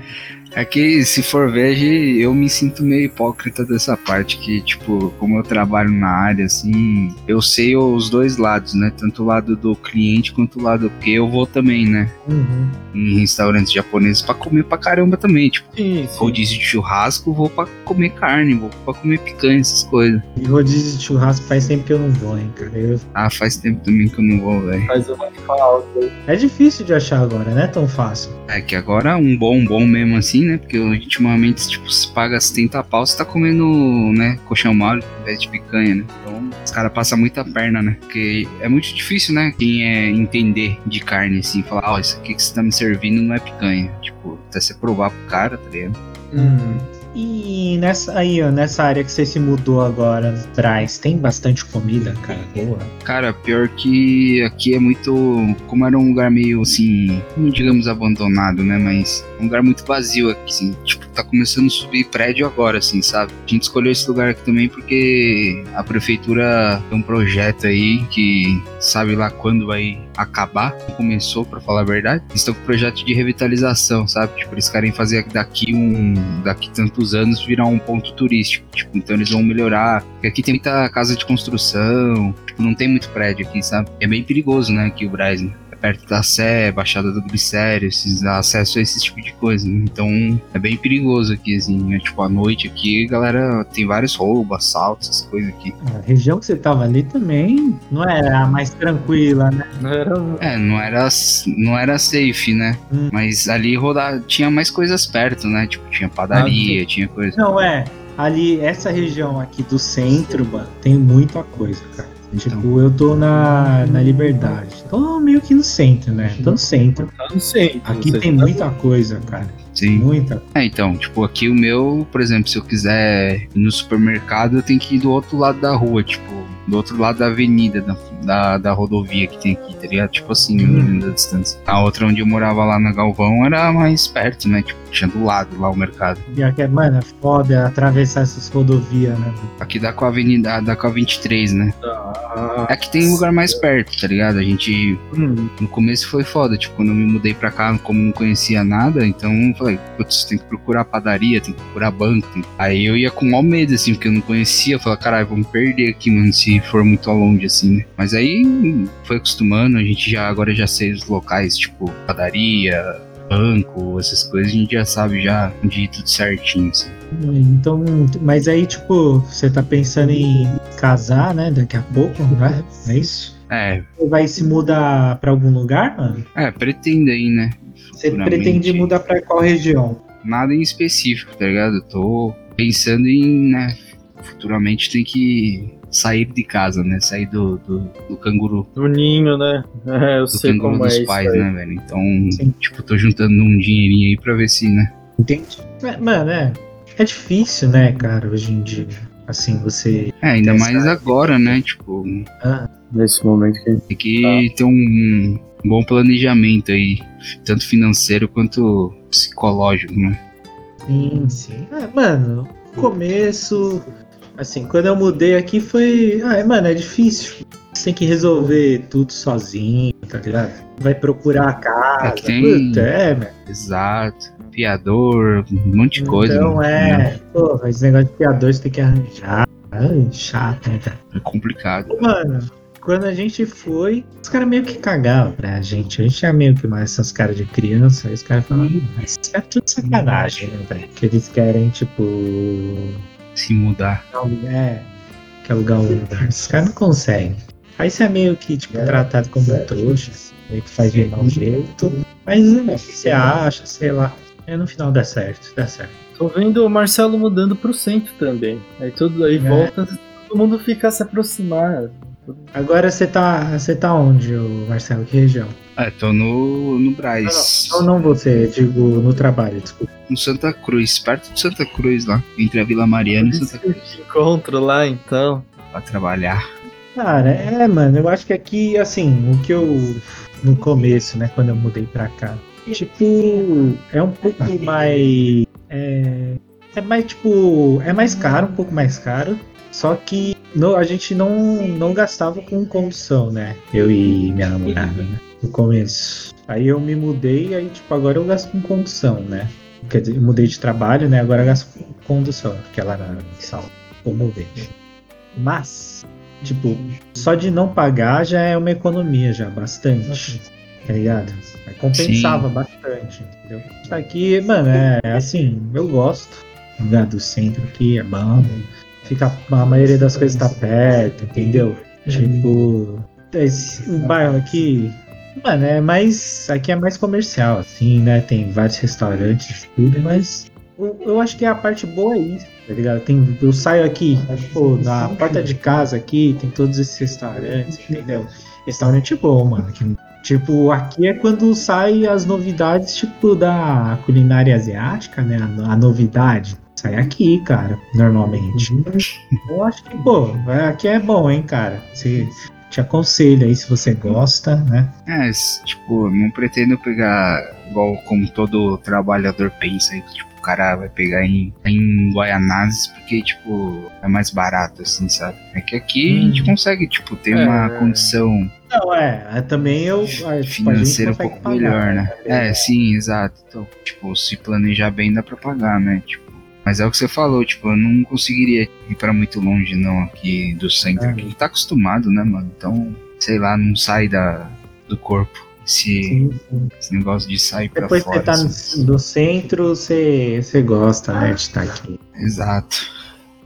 Speaker 7: É que se for verde, eu me sinto meio hipócrita dessa parte, que, tipo, como eu trabalho na área, assim, eu sei os dois lados, né? Tanto o lado do cliente quanto o lado. Porque eu vou também, né?
Speaker 11: Uhum.
Speaker 7: em restaurantes japoneses pra comer pra caramba também. Tipo,
Speaker 10: sim,
Speaker 7: rodízio de churrasco, vou pra comer carne, vou pra comer picanha, essas coisas.
Speaker 11: E rodízio de churrasco faz tempo que eu não vou, hein, cara. Eu-
Speaker 7: Ah, faz tempo também que eu não vou, velho.
Speaker 10: Faz uma falta.
Speaker 11: É difícil de achar agora, não é tão fácil.
Speaker 7: É que agora um bom, bom mesmo assim, né? Porque ultimamente, tipo, se paga 70 pau, você tá comendo, né? Colchão mole ao invés de picanha, né? Então, os caras passam muita perna, né? Porque é muito difícil, né? Quem é entender de carne, assim, falar, ó, isso aqui que você tá me servindo não é picanha. Tipo, até você provar pro cara, tá ligado?
Speaker 11: Hum. E nessa aí, ó, nessa área que você se mudou agora atrás, tem bastante comida, cara, boa.
Speaker 7: Cara, pior que aqui é muito. Como era um lugar meio assim. Não digamos abandonado, né? Mas. Um lugar muito vazio aqui, assim. Tipo, tá começando a subir prédio agora, assim, sabe? A gente escolheu esse lugar aqui também porque a prefeitura tem um projeto aí que sabe lá quando vai acabar. Começou, pra falar a verdade. Eles estão com um projeto de revitalização, sabe? Tipo, eles querem fazer daqui um. daqui tantos anos virar um ponto turístico. Tipo, então eles vão melhorar. Porque aqui tem muita casa de construção, tipo, não tem muito prédio aqui, sabe? É bem perigoso, né, aqui o Brás, né? É perto da Sé, Baixada do Glicério, esses, dá acesso a esse tipo de coisa. né? Então, é bem perigoso aqui, assim, né? Tipo, à noite aqui, galera, tem vários roubos, assaltos, essas coisas aqui.
Speaker 11: A região que você tava ali também não era a mais tranquila, né?
Speaker 10: Não era. um,
Speaker 7: É, não era, não era safe, né? Mas ali rodar, tinha mais coisas perto, né? Tipo, tinha padaria, tinha coisa.
Speaker 11: Não, é. Ali, essa região aqui do centro, mano, tem muita coisa, cara.
Speaker 10: Então.
Speaker 7: Então,
Speaker 11: Tipo, eu tô na, na Liberdade. Tô meio que no centro, né? Tô no centro.
Speaker 10: Tá no centro.
Speaker 11: Aqui
Speaker 10: você
Speaker 11: tem
Speaker 10: tá-
Speaker 11: muita coisa, cara.
Speaker 7: Sim.
Speaker 11: Muita.
Speaker 7: É, então, tipo, aqui o meu, por exemplo, se eu quiser ir no supermercado, eu tenho que ir do outro lado da rua, tipo, do outro lado da avenida, da, da, da rodovia que tem aqui, tá ligado? Tipo assim, mais ou menos a distância. A outra onde eu morava lá na Galvão era mais perto, né? Tipo, tinha do lado lá o mercado.
Speaker 11: Pior que é, Mano, é foda atravessar essas rodovias, né? mano?
Speaker 7: Aqui dá com a avenida, dá com a 23, né?
Speaker 10: tá. Ah,
Speaker 7: Aqui tem um lugar mais perto, tá ligado? A gente No começo foi foda, tipo, quando eu me mudei pra cá, como não conhecia nada, então eu falei, putz, tem que procurar padaria, tem que procurar banco. tem- Aí eu ia com maior medo, assim, porque eu não conhecia, eu falei, caralho, vou me perder aqui, mano, se for muito longe, assim, né? Mas aí hum, foi acostumando, a gente já agora já sei os locais, tipo, padaria, banco, essas coisas, a gente já sabe já onde ir tudo certinho, assim.
Speaker 11: Então, mas aí, tipo, você tá pensando em casar, né? Daqui a pouco, né? Não é isso?
Speaker 7: É,
Speaker 11: Você vai se mudar pra algum lugar, mano?
Speaker 7: é, pretendo aí, né?
Speaker 11: Você
Speaker 7: Futuramente.
Speaker 11: pretende mudar pra qual região?
Speaker 7: nada em específico, tá ligado? Eu tô pensando em, né, futuramente tem que sair de casa, né? Sair do, do, do canguru.
Speaker 10: No ninho, né? É, eu
Speaker 7: Do
Speaker 10: sei
Speaker 7: canguru
Speaker 10: como é
Speaker 7: dos
Speaker 10: isso.
Speaker 7: pais,
Speaker 10: aí.
Speaker 7: né, velho? Então, tipo, tô juntando um dinheirinho aí pra ver se, né?
Speaker 11: Entendi. Mano, é, é difícil, né, cara, hoje em dia. Assim, você.
Speaker 7: É, ainda
Speaker 11: ter
Speaker 7: mais
Speaker 11: essa-
Speaker 7: agora, né? Tipo,
Speaker 11: Ah,
Speaker 10: Nesse momento que a gente
Speaker 7: tem que ter um bom planejamento aí, tanto financeiro quanto psicológico, né?
Speaker 11: sim, sim. Ah, mano, no começo. Assim, quando eu é mudei aqui foi. Ah, mano, é difícil. Você tem que resolver tudo sozinho, tá ligado? Vai procurar a casa.
Speaker 7: É que tem-
Speaker 11: Ah, Puta, é, meu.
Speaker 7: Exato. Fiador, um monte de coisa.
Speaker 11: Então
Speaker 7: né?
Speaker 11: é. Pô, mas esse negócio de piador você tem que arranjar. Ai, chato, né, cara?
Speaker 7: É complicado.
Speaker 11: Mano, quando a gente foi, os caras meio que cagavam pra gente. A gente é meio que mais essas caras de criança. Aí os caras falaram, mas isso é tudo sacanagem, né, velho? Que eles querem, tipo.
Speaker 7: Se mudar.
Speaker 11: É, quer alugar um lugar. Os caras não conseguem. Aí você é meio que, tipo, tratado como
Speaker 7: é.
Speaker 11: um trouxa. Meio que faz de mau jeito. Mas é, o que você acha, sei lá. É no final dá certo, dá certo.
Speaker 10: Tô vendo o Marcelo mudando pro centro também. Aí tudo aí volta, todo mundo fica a se aproximar.
Speaker 11: Agora você tá. Você tá onde, ô Marcelo? Que região?
Speaker 7: É, tô no, no Braz.
Speaker 11: Ou não você, digo, no trabalho, desculpa.
Speaker 7: No Santa Cruz, perto de Santa Cruz lá. Entre a Vila Mariana e Santa Cruz.
Speaker 10: Encontro lá então.
Speaker 7: Pra trabalhar.
Speaker 11: Cara, é, mano, eu acho que aqui, assim, o que eu. No começo, né, quando eu mudei pra cá. Tipo, é um pouco mais. É, é mais, tipo. É mais caro, um pouco mais caro. Só que no- a gente não, não gastava com condição, né? Eu e minha namorada, né? No começo. Aí eu me mudei, aí, tipo, agora eu gasto com condição, né? Quer dizer, eu mudei de trabalho, né? Agora eu gasto com condição, porque ela era salva, comovente. Mas, tipo, só de não pagar já é uma economia, já, bastante. Tá ligado? Aí Compensava
Speaker 7: Sim.
Speaker 11: bastante, entendeu? Isso Aqui, mano, é assim, eu gosto. Lugar né, do centro aqui é bom. Fica, a maioria das coisas tá perto, entendeu? Tipo, esse bairro aqui, mano, é mais. Aqui é mais comercial, assim, né? Tem vários restaurantes, tudo, mas eu, eu acho que a parte boa é isso, tá ligado? Tem, eu saio aqui, pô, na porta de casa aqui, tem todos esses restaurantes, entendeu? Restaurante é bom, mano. que- tipo, aqui é quando sai as novidades, tipo, da culinária asiática, né? A, a novidade. Sai aqui, cara, normalmente. Eu acho que, pô, é- aqui é bom, hein, cara. Se, te aconselho aí se você gosta, né?
Speaker 7: É, s- tipo, não pretendo pegar igual como todo trabalhador pensa, aí, que, tipo, o cara vai pegar em, em Guaianazes porque, tipo, é mais barato, assim, sabe? É que aqui a
Speaker 11: Hum.
Speaker 7: gente consegue, tipo, ter uma
Speaker 11: É.
Speaker 7: condição
Speaker 11: Não, é, é, também eu. é, tipo, a gente
Speaker 7: financeira um
Speaker 11: consegue
Speaker 7: pouco
Speaker 11: pagar, Tá
Speaker 7: melhor, né? É, sim, exato. Então, tipo, se planejar bem dá pra pagar, né? Tipo, mas é o que você falou, tipo, eu não conseguiria ir pra muito longe, não, aqui do
Speaker 11: É.
Speaker 7: centro. Aqui tá acostumado, né, mano? Então, sei lá, não sai da, do corpo esse, esse negócio de sair pra
Speaker 11: Depois que
Speaker 7: fora.
Speaker 11: você tá
Speaker 7: assim.
Speaker 11: no, no centro, você, você gosta, né, de estar aqui.
Speaker 7: Exato.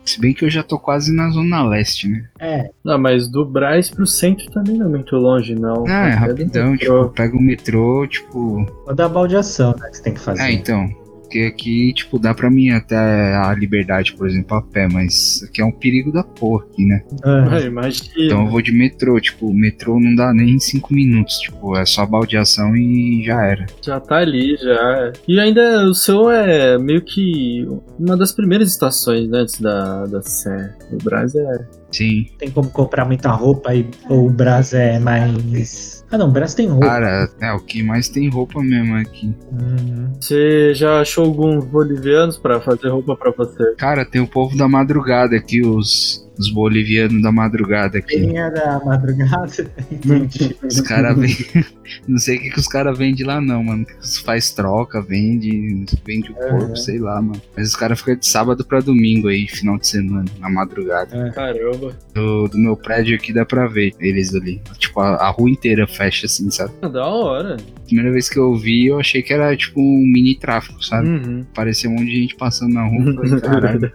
Speaker 7: Se bem que eu já tô quase na Zona Leste, né?
Speaker 11: É.
Speaker 10: Não, mas do Braz pro centro também não é muito longe, não.
Speaker 7: Ah, é
Speaker 10: Até
Speaker 7: rapidão,
Speaker 10: dentro.
Speaker 7: tipo, pega o metrô, tipo.
Speaker 11: Ou da baldeação, né? Que você tem que fazer.
Speaker 7: É, então. Porque aqui, tipo, dá pra mim até a liberdade, por exemplo, a pé, mas aqui é um perigo da porra aqui, né?
Speaker 10: Ah, imagina.
Speaker 7: Então eu vou de metrô, tipo, o metrô não dá nem 5 minutos, tipo, é só baldeação e já era.
Speaker 10: Já tá ali, já. E ainda o seu é meio que uma das primeiras estações, né, antes da, da Sé. O Braz é.
Speaker 7: Sim.
Speaker 11: Tem como comprar muita roupa e ou o Brás é mais. Ah não, o Brás tem roupa.
Speaker 7: Cara, é o que mais tem roupa mesmo aqui.
Speaker 11: Hum,
Speaker 10: Você já achou alguns bolivianos pra fazer roupa pra você?
Speaker 7: Cara, tem o povo da madrugada aqui, os, os bolivianos da madrugada aqui.
Speaker 11: Feirinha da madrugada.
Speaker 7: Os caras vendem. Não sei o que, que os caras vendem lá, não, mano. Que os Faz troca, vende, vende o corpo, sei lá, mano. Mas os caras ficam de sábado pra domingo aí, final de semana, na madrugada.
Speaker 10: Caramba.
Speaker 7: Do, do meu prédio aqui dá pra ver eles ali. Tipo, a, a rua inteira fecha assim, sabe?
Speaker 10: Ah, Da hora.
Speaker 7: Primeira vez que eu vi, eu achei que era tipo um mini tráfico, sabe?
Speaker 10: Uhum.
Speaker 7: Parecia um monte de gente passando na rua. Eu falei, caralho.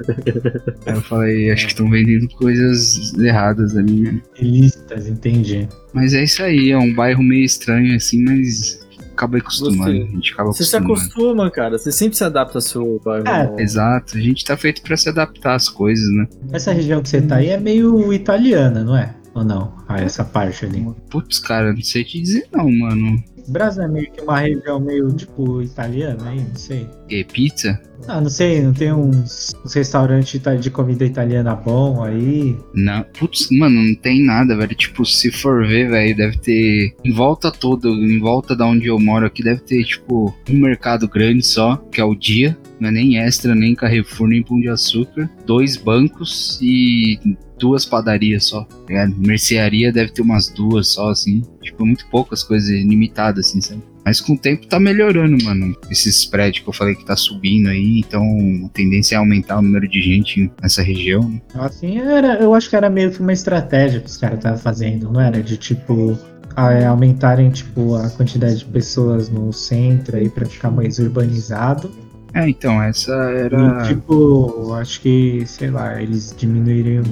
Speaker 7: Aí eu falei, acho que estão vendendo coisas erradas ali, né?
Speaker 11: Listas, entendi.
Speaker 7: Mas é isso aí, é um bairro meio estranho assim, mas acaba acostumando.
Speaker 10: Você-
Speaker 7: a gente acaba
Speaker 10: Você se
Speaker 7: acostumando.
Speaker 10: acostuma, cara. Você sempre se adapta ao seu bairro.
Speaker 7: É,
Speaker 10: É, novo.
Speaker 7: Exato, a gente tá feito pra se adaptar às coisas, né?
Speaker 11: Essa região que você tá aí é meio italiana, não é? Ou não? Ah, essa parte ali.
Speaker 7: Putz, cara, não sei te dizer não, mano.
Speaker 11: Brás é meio que uma região meio tipo italiana aí, não sei.
Speaker 7: Que pizza?
Speaker 11: Ah, não sei, não tem uns, uns restaurantes ita- de comida italiana bom aí.
Speaker 7: Não, putz, mano, não tem nada, velho. Tipo, se for ver, velho, deve ter em volta toda, em volta da onde eu moro aqui, deve ter, tipo, um mercado grande só, que é o dia. Não é nem extra, nem Carrefour, nem Pão de Açúcar. Dois bancos e duas padarias só. tá ligado? Mercearia deve ter umas duas só, assim. Tipo, muito poucas coisas limitadas, assim, sabe? Mas com o tempo tá melhorando, mano. Esse spread que eu falei que tá subindo aí, então a tendência é aumentar o número de gente nessa região. né?
Speaker 11: Assim, era, eu acho que era meio que uma estratégia que os caras estavam fazendo, não era? De tipo, a- é, aumentarem tipo, a quantidade de pessoas no centro aí pra ficar mais urbanizado.
Speaker 7: É, então, essa
Speaker 11: E,
Speaker 7: era.
Speaker 11: tipo, acho que, sei lá, eles diminuiriam.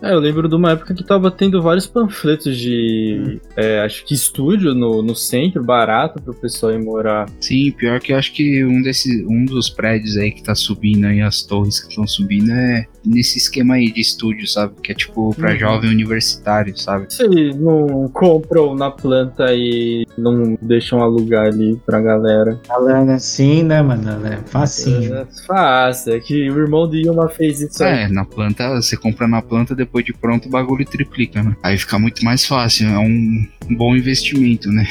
Speaker 10: É, eu lembro de uma época que tava tendo vários panfletos de. é, acho que estúdio no, no centro, barato pro pessoal ir morar.
Speaker 7: Sim, pior que eu acho que um, desses, um dos prédios aí que tá subindo aí, as torres que estão subindo, é nesse esquema aí de estúdio, sabe? Que é tipo pra
Speaker 10: Uhum.
Speaker 7: jovem universitário, sabe?
Speaker 10: Se eles não compram na planta e não deixam alugar ali pra galera.
Speaker 11: Falando assim, né, mano? É facinho.
Speaker 10: É fácil, é que o irmão do Yuma fez isso
Speaker 7: É, na planta, você compra na planta, depois de pronto o bagulho triplica, né? Aí fica muito mais fácil, é um bom investimento, né?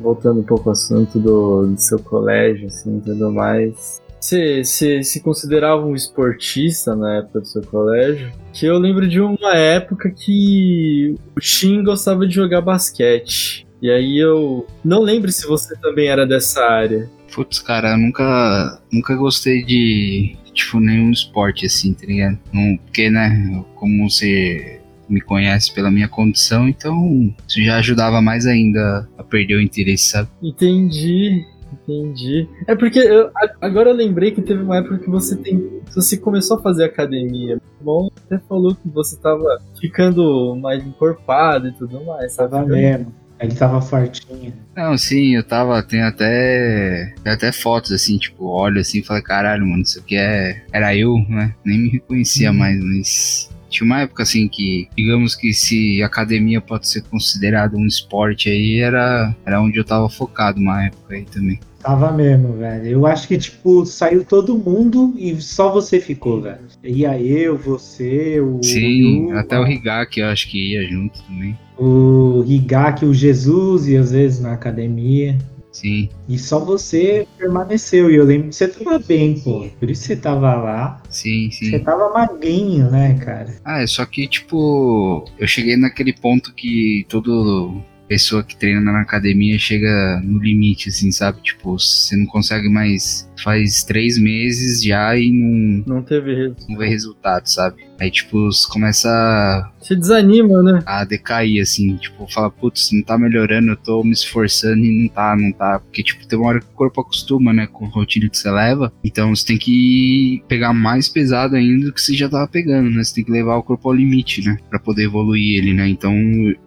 Speaker 10: voltando um pouco ao assunto do, do seu colégio, assim, tudo mais. Você você se considerava um esportista na época do seu colégio? Que eu lembro de uma época que o Shin gostava de jogar basquete. E aí eu não lembro se você também era dessa área.
Speaker 7: Putz, cara, eu nunca, nunca gostei de, tipo, nenhum esporte assim, tá ligado? Não, porque, né, eu- como você me conhece pela minha condição, então isso já ajudava mais ainda a perder o interesse, sabe?
Speaker 10: Entendi, entendi. É porque eu- a- agora eu lembrei que teve uma época que você tem, você começou a fazer academia. Meu irmão até falou que você tava ficando mais encorpado e tudo mais. Tava
Speaker 11: mesmo. Ele tava fortinho.
Speaker 7: Não, sim, eu tava, tem até, tem até fotos assim, tipo, olho assim e falo, caralho, mano, isso aqui é, era eu, né? Nem me reconhecia mais, mas tinha uma época assim que, digamos que se academia pode ser considerada um esporte aí, era, era onde eu tava focado uma época aí também.
Speaker 11: Tava mesmo, velho. Eu acho que, tipo, saiu todo mundo e só você ficou, velho. Ia eu, você, o.
Speaker 7: Sim,
Speaker 11: Yu,
Speaker 7: até o Higaki eu acho que ia junto também.
Speaker 11: O Higaki, o Jesus ia às vezes na academia.
Speaker 7: Sim.
Speaker 11: E só você permaneceu. E eu lembro que você tava bem, pô. Por isso você tava lá.
Speaker 7: Sim, sim.
Speaker 11: Você tava magrinho, né, cara?
Speaker 7: Ah, é só que, tipo, eu cheguei naquele ponto que toda pessoa que treina na academia chega no limite, assim, sabe? Tipo, você não consegue mais. Faz três meses já e não,
Speaker 10: não teve
Speaker 7: não vê resultado, sabe? Aí, tipo, você começa. a-
Speaker 10: Se desanima, né?
Speaker 7: A decair, assim, tipo, fala, putz, não tá melhorando, eu tô me esforçando e não tá, não tá. Porque, tipo, tem uma hora que o corpo acostuma, né, com a rotina que você leva. Então você tem que pegar mais pesado ainda do que você já tava pegando, né? Você tem que levar o corpo ao limite, né? Pra poder evoluir ele, né? Então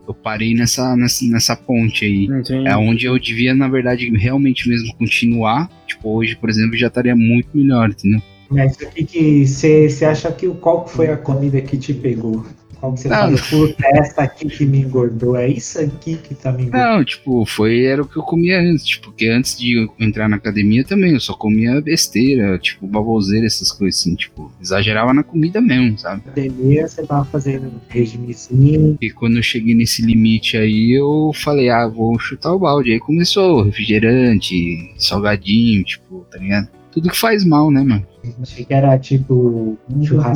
Speaker 7: eu parei nessa, nessa, nessa ponte aí.
Speaker 10: Entendi.
Speaker 7: É onde eu devia, na verdade, realmente mesmo continuar. Tipo, hoje, por exemplo, já estaria muito melhor, entendeu?
Speaker 11: Mas o que que você você acha que o- qual que foi a comida que te pegou? Qual que você
Speaker 7: Não.
Speaker 11: falou? Puta, essa aqui que me engordou. É isso aqui que tá me engordando.
Speaker 7: Não, tipo, foi era o que eu comia antes, tipo, porque antes de eu entrar na academia também, eu só comia besteira, tipo, baboseira, essas coisas assim, tipo, exagerava na comida mesmo, sabe?
Speaker 11: Academia, você tava fazendo um regimezinho.
Speaker 7: E quando eu cheguei nesse limite aí, eu falei, ah, vou chutar o balde. Aí começou refrigerante, salgadinho, tipo, tá ligado? Tudo que faz mal, né, mano?
Speaker 11: Achei que era tipo
Speaker 7: Uhum.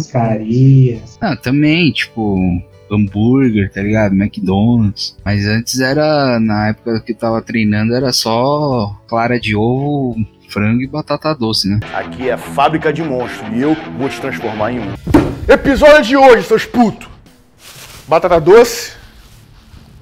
Speaker 11: churrascaria.
Speaker 7: Ah, também, tipo, hambúrguer, tá ligado? McDonald's. Mas antes era, na época que eu tava treinando, era só clara de ovo, frango e batata doce, né?
Speaker 13: Aqui é fábrica de monstros e eu vou te transformar em um. Episódio de hoje, seus putos. Batata doce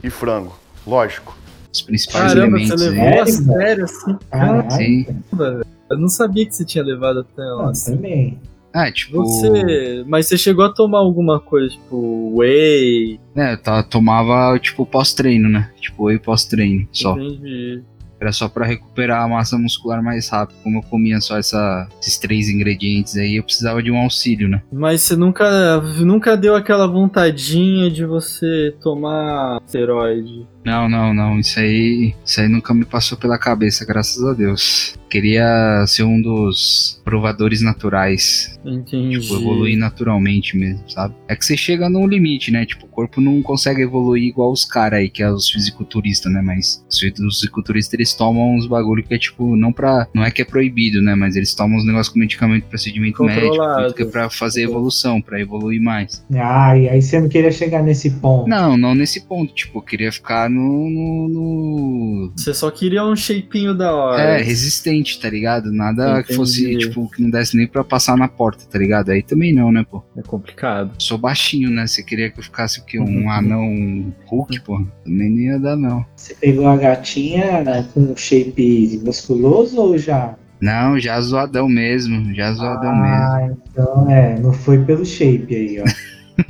Speaker 13: e frango, lógico.
Speaker 7: Os principais
Speaker 10: Caramba, você levou
Speaker 7: né?
Speaker 10: a sério assim.
Speaker 11: Caralho.
Speaker 7: Ah, Sim.
Speaker 10: Caramba, eu não sabia que você tinha levado até lá. assim.
Speaker 11: também.
Speaker 7: Ah, tipo.
Speaker 10: Você, mas você chegou a tomar alguma coisa, tipo, whey?
Speaker 7: É, eu tava- tomava, tipo, pós-treino, né? Tipo, eu pós-treino só.
Speaker 10: Entendi.
Speaker 7: Era só pra recuperar a massa muscular mais rápido. Como eu comia só essa- esses três ingredientes aí, eu precisava de um auxílio, né?
Speaker 10: Mas você nunca, nunca deu aquela vontadinha de você tomar esteroide.
Speaker 7: Não, não, não. Isso aí, isso aí nunca me passou pela cabeça, graças a Deus. Queria ser um dos provadores naturais.
Speaker 10: Entendi.
Speaker 7: Tipo, evoluir naturalmente mesmo, sabe? É que você chega num limite, né? Tipo, o corpo não consegue evoluir igual os caras aí, que é os fisiculturistas, né? Mas os fisiculturistas, eles tomam uns bagulho que é, tipo, não pra... Não é que é proibido, né? Mas eles tomam uns negócios com medicamento, procedimento médico, tudo que é pra fazer evolução, pra evoluir mais.
Speaker 11: Ai, aí você não queria chegar nesse ponto.
Speaker 7: Não, não nesse ponto. Tipo, eu queria ficar no. no, no-
Speaker 10: Você só queria um shapeinho da hora.
Speaker 7: É, resistente, tá ligado? Nada que
Speaker 10: Entendi.
Speaker 7: fosse, tipo, que não desse nem pra passar na porta, tá ligado? Aí também não, né, pô?
Speaker 10: É complicado.
Speaker 7: Sou baixinho, né? Você queria que eu ficasse o quê? Um anão Hulk, pô? Também nem ia dar, não.
Speaker 11: Você pegou a gatinha né, com shape musculoso ou já?
Speaker 7: Não, já zoadão mesmo. Já zoadão Tá mesmo.
Speaker 11: Ah, então é, não foi pelo shape aí, ó.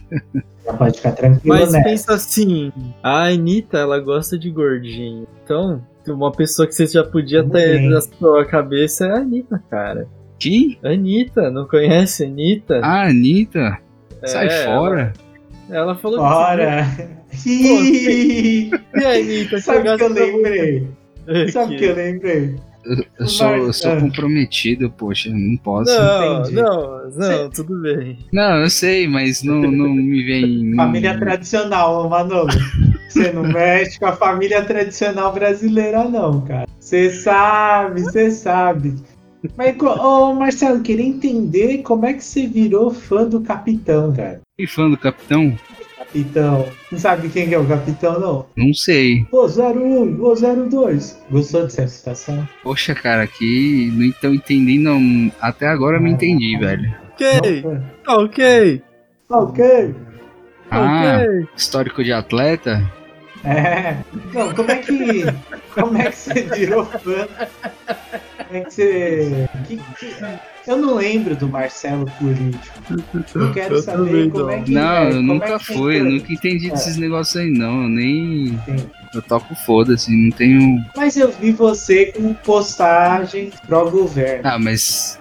Speaker 11: já pode ficar tranquilo,
Speaker 10: Mas
Speaker 11: né?
Speaker 10: pensa assim, a Anitta, ela gosta de gordinho. Então, uma pessoa que você já podia ter na sua cabeça é a Anitta, cara.
Speaker 7: Quem?
Speaker 10: Anitta, não conhece a Anitta? É,
Speaker 7: Ah, Anitta?
Speaker 11: Ah,
Speaker 7: Sai fora.
Speaker 10: Ela, ela falou
Speaker 11: Ora!
Speaker 10: Ih! E aí, Anitta,
Speaker 11: Sabe o
Speaker 10: você
Speaker 11: que eu
Speaker 10: gosta da
Speaker 11: lembrei?
Speaker 10: É
Speaker 11: Sabe o que eu lembrei?
Speaker 7: Eu, eu sou, eu sou
Speaker 11: Ah.
Speaker 7: comprometido, poxa, não posso.
Speaker 10: Não, não, não, tudo bem.
Speaker 7: Não, eu sei, mas não, não me vem.
Speaker 11: Família é tradicional, ô Manolo. Você não mexe com a família tradicional brasileira, não, cara. Você sabe, você sabe. Mas, co- ô Marcelo, queria entender como é que você virou fã do Capitão, cara.
Speaker 7: Fui fã do Capitão?
Speaker 11: Capitão. Não sabe quem que é o Capitão, não?
Speaker 7: Não sei.
Speaker 11: Ô 01, ô 02. Gostou dessa situação?
Speaker 7: Poxa, cara, que não estão entendendo. não. Até agora eu não entendi, velho.
Speaker 10: Ok, ok.
Speaker 11: né? Ok.
Speaker 7: Ah,
Speaker 10: Ok.
Speaker 7: histórico de atleta?
Speaker 11: É. Não, como é que. Como é que você virou fã? Como é que você. que- que- Eu não lembro do Marcelo Político. Eu quero
Speaker 7: Eu
Speaker 11: saber como é que.
Speaker 7: Não,
Speaker 11: é,
Speaker 7: eu
Speaker 11: como é
Speaker 7: nunca
Speaker 11: que
Speaker 7: fui, eu
Speaker 11: entrou.
Speaker 7: nunca entendi
Speaker 11: É.
Speaker 7: desses negócios aí, não. Eu nem. Eu toco foda-se, não tenho.
Speaker 11: Mas eu vi você com postagem pró-governo.
Speaker 7: Ah, mas.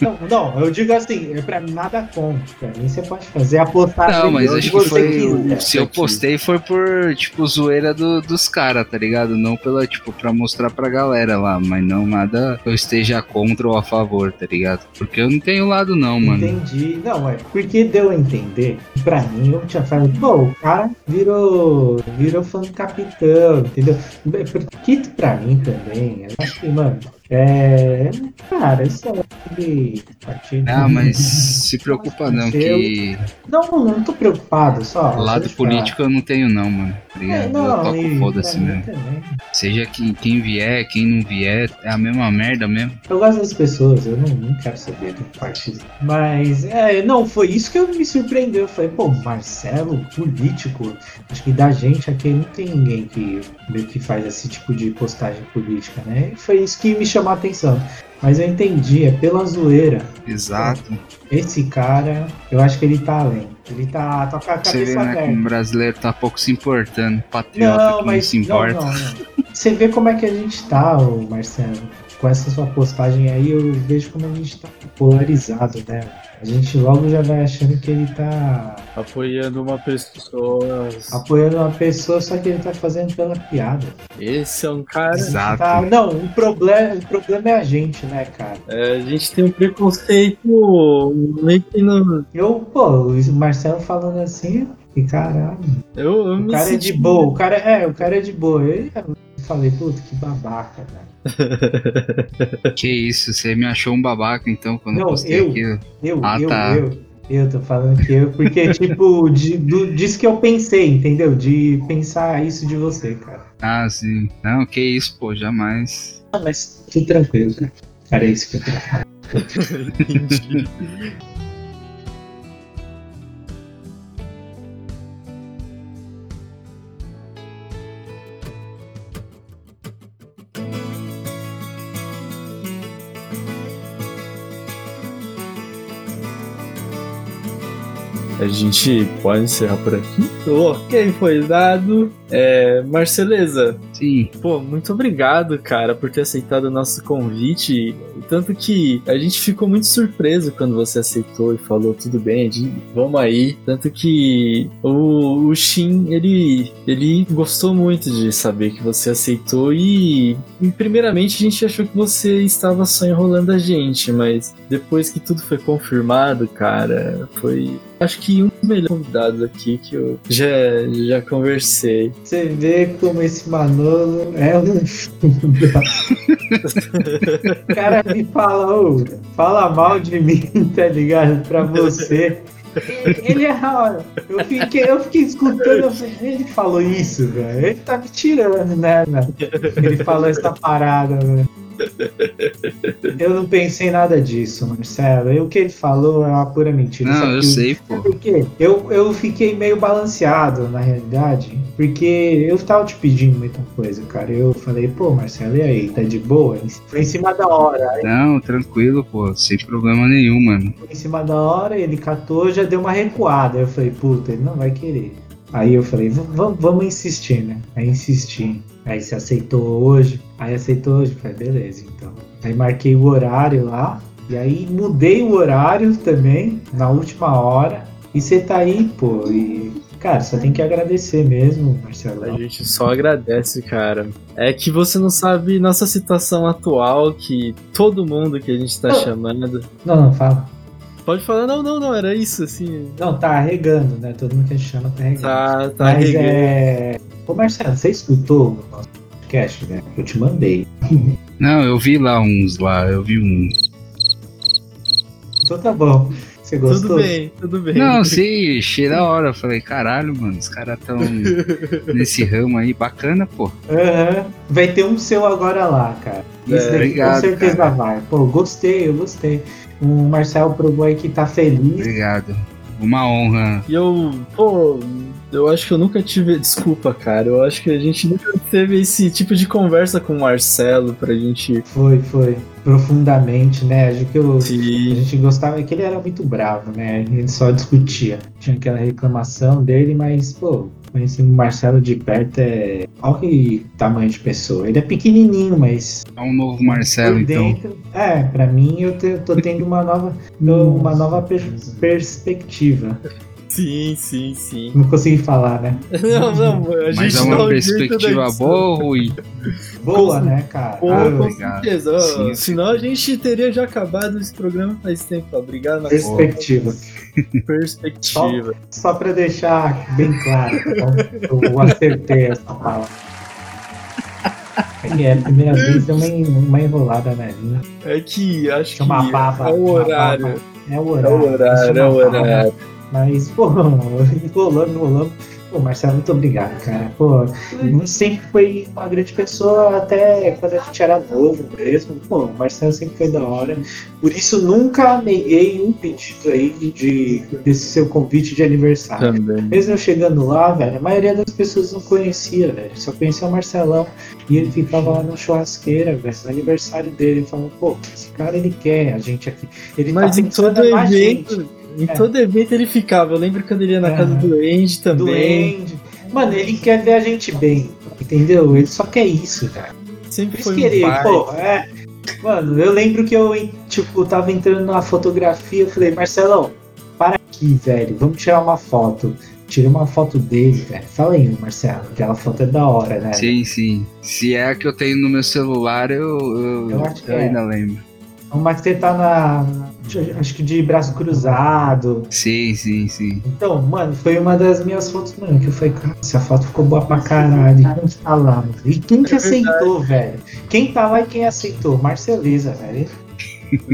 Speaker 11: Não, não, eu digo assim, é pra mim nada conta. Pra mim você pode fazer a postagem
Speaker 7: Não, mas
Speaker 11: onde
Speaker 7: acho que
Speaker 11: Ah, você é
Speaker 7: foi.
Speaker 11: quiser.
Speaker 7: Se eu postei foi por, tipo, zoeira do- dos caras, tá ligado? Não pela, tipo, pra mostrar pra galera lá, mas não nada que eu esteja contra ou a favor, tá ligado? Porque eu não tenho lado, não, mano.
Speaker 11: Entendi. Não, é porque deu a entender. Pra mim, eu tinha falado, pô, o cara virou, virou fã do capitão, entendeu? Bem, Porque pra mim também, eu acho que, mano, é. Cara, isso é de partido.
Speaker 7: Ah, mas se preocupa não,
Speaker 11: é
Speaker 7: que
Speaker 11: Não, não tô preocupado, só.
Speaker 7: lado político eu não tenho não, mano. Tá ligado?
Speaker 11: É, não,
Speaker 7: eu toco
Speaker 11: e
Speaker 7: foda-se
Speaker 11: pra mim
Speaker 7: mesmo. Seja que, quem vier, quem não vier, é a mesma merda mesmo.
Speaker 11: Eu gosto das pessoas, eu não, não quero saber do partido. Mas, é, não, foi isso que eu me surpreendeu. Eu falei, pô, Marcelo, político. Acho que da gente aqui não tem ninguém que meio que faz esse tipo de postagem política, né? E foi isso que me chamou a atenção. Mas eu entendi, é pela zoeira.
Speaker 7: Exato.
Speaker 11: Esse cara, eu acho que ele tá além. Ele tá, tá com a
Speaker 7: Você
Speaker 11: cabeça
Speaker 7: vê, né,
Speaker 11: aberta.
Speaker 7: como o brasileiro tá pouco se importando. Patriota que não se importa.
Speaker 11: não, não. Você vê como é que a gente tá, ô Marcelo. Com essa sua postagem aí, eu vejo como a gente tá polarizado, né? A gente logo já vai achando que ele tá
Speaker 10: Apoiando uma pessoa.
Speaker 11: apoiando uma pessoa, só que ele tá fazendo pela piada.
Speaker 10: Esse é um cara.
Speaker 11: Tá- não, o problema, o problema é a gente, né, cara?
Speaker 10: É, a gente tem um preconceito meio que não.
Speaker 11: Eu, pô, o Marcelo falando assim, e caralho.
Speaker 10: Eu, eu
Speaker 11: O
Speaker 10: me
Speaker 11: cara é
Speaker 10: senti-
Speaker 11: de boa, o cara é, o cara é de boa. Eu falei, puta, que babaca, né? cara.
Speaker 7: Que isso, você me achou um babaca então quando eu
Speaker 11: Não,
Speaker 7: postei
Speaker 11: eu,
Speaker 7: aquilo.
Speaker 11: Eu,
Speaker 7: Ah,
Speaker 11: eu,
Speaker 7: tá.
Speaker 11: eu. Eu tô falando que eu, porque, tipo, de, do, disso que eu pensei, entendeu? De pensar isso de você, cara.
Speaker 7: Ah, sim. Não, que isso, pô, jamais.
Speaker 11: Ah, mas tudo tranquilo, cara. Cara, é isso que eu quero.
Speaker 10: A gente pode encerrar por aqui. Ok, foi dado. É, Marceleza.
Speaker 7: Sim.
Speaker 10: Pô, muito obrigado, cara, por ter aceitado o nosso convite. Tanto que a gente ficou muito surpreso quando você aceitou e falou, tudo bem, a gente- vamos aí. Tanto que o, o Shin, ele, ele gostou muito de saber que você aceitou e, e primeiramente a gente achou que você estava só enrolando a gente, mas depois que tudo foi confirmado, cara, foi acho que um dos melhores convidados aqui que eu já, já conversei.
Speaker 11: Você vê como esse Manolo é um O cara me fala, ô, fala mal de mim, tá ligado? Pra você. E Ele é. ó, Eu fiquei, eu fiquei escutando, eu falei, ele falou isso, velho. Ele tá me tirando, né, velho? Ele falou essa parada, velho. Eu não pensei nada disso, Marcelo. E o que ele falou é uma pura mentira. Sabe que tá
Speaker 7: Não, eu
Speaker 11: o-
Speaker 7: sei, pô.
Speaker 11: Sabe por quê? Eu, eu fiquei meio balanceado, na realidade, porque eu tava te pedindo muita coisa, cara. Eu falei, pô, Marcelo, e aí, tá de boa? Foi em cima da hora. Aí
Speaker 7: Não, tranquilo, pô, sem problema nenhum, mano.
Speaker 11: Foi em cima da hora, ele catou, já deu uma recuada. Eu falei, puta, ele não vai querer. Aí eu falei, "Va- va- vamos insistir, né? Aí insisti. Aí você aceitou hoje. Aí aceitou hoje. Falei, beleza, então. Aí marquei o horário lá. E aí mudei o horário também, na última hora. E você tá aí, pô. E, cara, só tem que agradecer mesmo, Marcelo.
Speaker 10: A gente só agradece, cara. É que você não sabe nossa situação atual, que todo mundo que a gente
Speaker 11: Ah.
Speaker 10: tá chamando.
Speaker 11: Não, não, fala.
Speaker 10: Pode falar, não, não, não, era isso, assim.
Speaker 11: Não, tá regando, né? Todo mundo que a gente chama tá regando.
Speaker 10: Tá, tá
Speaker 11: Mas
Speaker 10: regando.
Speaker 11: é. Ô Marcelo, você escutou o nosso podcast, né? Eu te mandei.
Speaker 7: Não, eu vi lá uns lá, eu vi um.
Speaker 11: Então tá bom. Você gostou?
Speaker 10: tudo bem.
Speaker 7: Não, sim, achei da hora. Eu falei, caralho, mano, os caras tão nesse ramo aí, bacana, pô.
Speaker 11: É, Aham. Vai ter um seu agora lá, cara. Isso
Speaker 7: É,
Speaker 11: daqui
Speaker 7: obrigado,
Speaker 11: com certeza vai. Pô, gostei, eu gostei. O Marcelo provou aí que tá feliz.
Speaker 7: Obrigado. Uma honra.
Speaker 10: E eu, pô, eu acho que eu nunca tive. Desculpa, cara. Eu acho que a gente nunca teve esse tipo de conversa com o Marcelo pra gente.
Speaker 11: Foi, foi. Profundamente, né? Acho que eu, a gente gostava é que ele era muito bravo, né? Ele só discutia. Tinha aquela reclamação dele, mas, pô, conhecendo o Marcelo de perto é. Olha que tamanho de pessoa. Ele é pequenininho, mas.
Speaker 7: É um novo Marcelo, então.
Speaker 11: É, pra mim eu te- tô tendo uma nova, uma nova per- perspectiva.
Speaker 10: Sim, sim, sim.
Speaker 11: Não consegui falar, né?
Speaker 10: Não, não, a gente
Speaker 7: Mas é
Speaker 10: dá
Speaker 7: uma
Speaker 10: um jeito
Speaker 7: perspectiva
Speaker 10: disso.
Speaker 7: boa ou ruim?
Speaker 11: Boa, né, cara?
Speaker 10: Pô,
Speaker 7: Ah,
Speaker 10: com
Speaker 7: obrigado.
Speaker 10: certeza. ó,
Speaker 7: Sim,
Speaker 10: senão a gente teria já acabado esse programa faz tempo. ó. Obrigado, Marcelo.
Speaker 11: Perspectiva.
Speaker 10: Perspectiva.
Speaker 11: Só pra deixar bem claro, tá bom? eu acertei essa palavra. É, que é a primeira vez deu uma, en- uma enrolada na língua.
Speaker 10: É que acho
Speaker 11: Chama
Speaker 10: que
Speaker 11: a baba,
Speaker 10: é o
Speaker 11: chama a
Speaker 10: horário.
Speaker 11: baba. É o horário.
Speaker 10: É o horário, é o
Speaker 11: Chama a baba.
Speaker 10: horário.
Speaker 11: Mas, pô, enrolando, enrolando. Pô, Marcelo, muito obrigado, cara. Pô, você sempre foi uma grande pessoa, até quando a gente era novo mesmo. Pô, o Marcelo sempre foi da hora. Por isso, nunca neguei um pedido aí de, desse seu convite de aniversário.
Speaker 10: Também.
Speaker 11: Mesmo eu chegando lá, velho, a maioria das pessoas não conhecia, velho. Só conhecia o Marcelão. E ele ficava lá na churrasqueira, velho, no aniversário dele. Falando, pô, esse cara ele quer a gente aqui. Ele
Speaker 10: Mas
Speaker 11: tá
Speaker 10: em
Speaker 11: pensando
Speaker 10: todo
Speaker 11: na
Speaker 10: evento.
Speaker 11: gente.
Speaker 10: Em
Speaker 11: É.
Speaker 10: todo evento ele ficava. Eu lembro quando ele ia na casa do Andy também.
Speaker 11: Duende. tá Mano, ele quer ver a gente bem, entendeu? Ele só quer isso, cara.
Speaker 10: Sempre
Speaker 11: foi
Speaker 10: foi um
Speaker 11: querer,
Speaker 10: pai.
Speaker 11: pô, é. Mano, eu lembro que eu, en- tipo, tava entrando na fotografia, eu falei, Marcelão, para aqui, velho, vamos tirar uma foto. Tira uma foto dele, velho. Fala aí, Marcelo, aquela foto é da hora, né?
Speaker 7: Sim, sim. Se é a que eu tenho no meu celular, eu, eu,
Speaker 11: Eu acho que
Speaker 7: eu
Speaker 11: é.
Speaker 7: ainda lembro.
Speaker 11: Uma que você tá na. Acho que de braço cruzado.
Speaker 7: Sim, sim, sim.
Speaker 11: Então, mano, foi uma das minhas fotos, mano, que eu falei, cara, essa foto ficou boa pra caralho. E quem tá lá, mano? E quem
Speaker 7: É
Speaker 11: que aceitou, velho? Quem tá lá e quem aceitou? Marceleza, velho.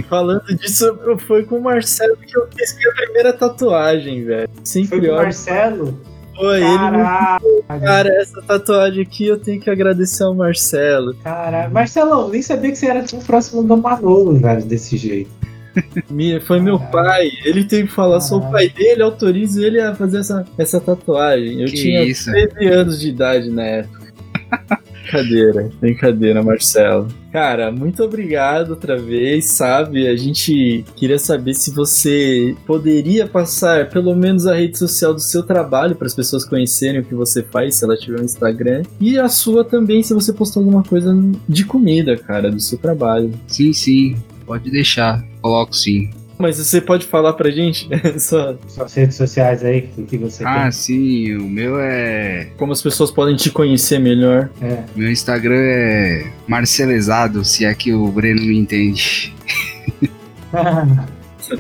Speaker 10: Falando disso, eu- foi com o Marcelo que eu fiz minha primeira tatuagem, velho. Sempre
Speaker 11: Foi com o
Speaker 10: olho.
Speaker 11: Marcelo?
Speaker 10: Foi
Speaker 11: Caralho.
Speaker 10: ele. me- Cara, essa tatuagem aqui eu tenho que agradecer ao Marcelo.
Speaker 11: Caralho. Marcelão, nem sabia que você era tão próximo do Manolo, velho, desse jeito.
Speaker 10: Minha- foi meu pai. Ele tem que falar, sou o pai dele, autorizo ele a fazer essa, essa tatuagem. Eu
Speaker 7: Que
Speaker 10: tinha
Speaker 7: isso.
Speaker 10: 13 anos de idade na época. Brincadeira, brincadeira, Marcelo. Cara, muito obrigado outra vez, sabe? A gente queria saber se você poderia passar pelo menos a rede social do seu trabalho para as pessoas conhecerem o que você faz, se ela tiver um Instagram, e a sua também, se você postou alguma coisa de comida, cara, do seu trabalho.
Speaker 7: Sim, sim, pode deixar, coloco sim.
Speaker 10: Mas você pode falar pra gente? Só...
Speaker 11: Suas redes sociais aí, que, que você
Speaker 7: Ah,
Speaker 11: tem.
Speaker 7: sim, o meu é.
Speaker 10: Como as pessoas podem te conhecer melhor.
Speaker 11: É.
Speaker 7: Meu Instagram é Marcelezado, se é que o Breno me entende.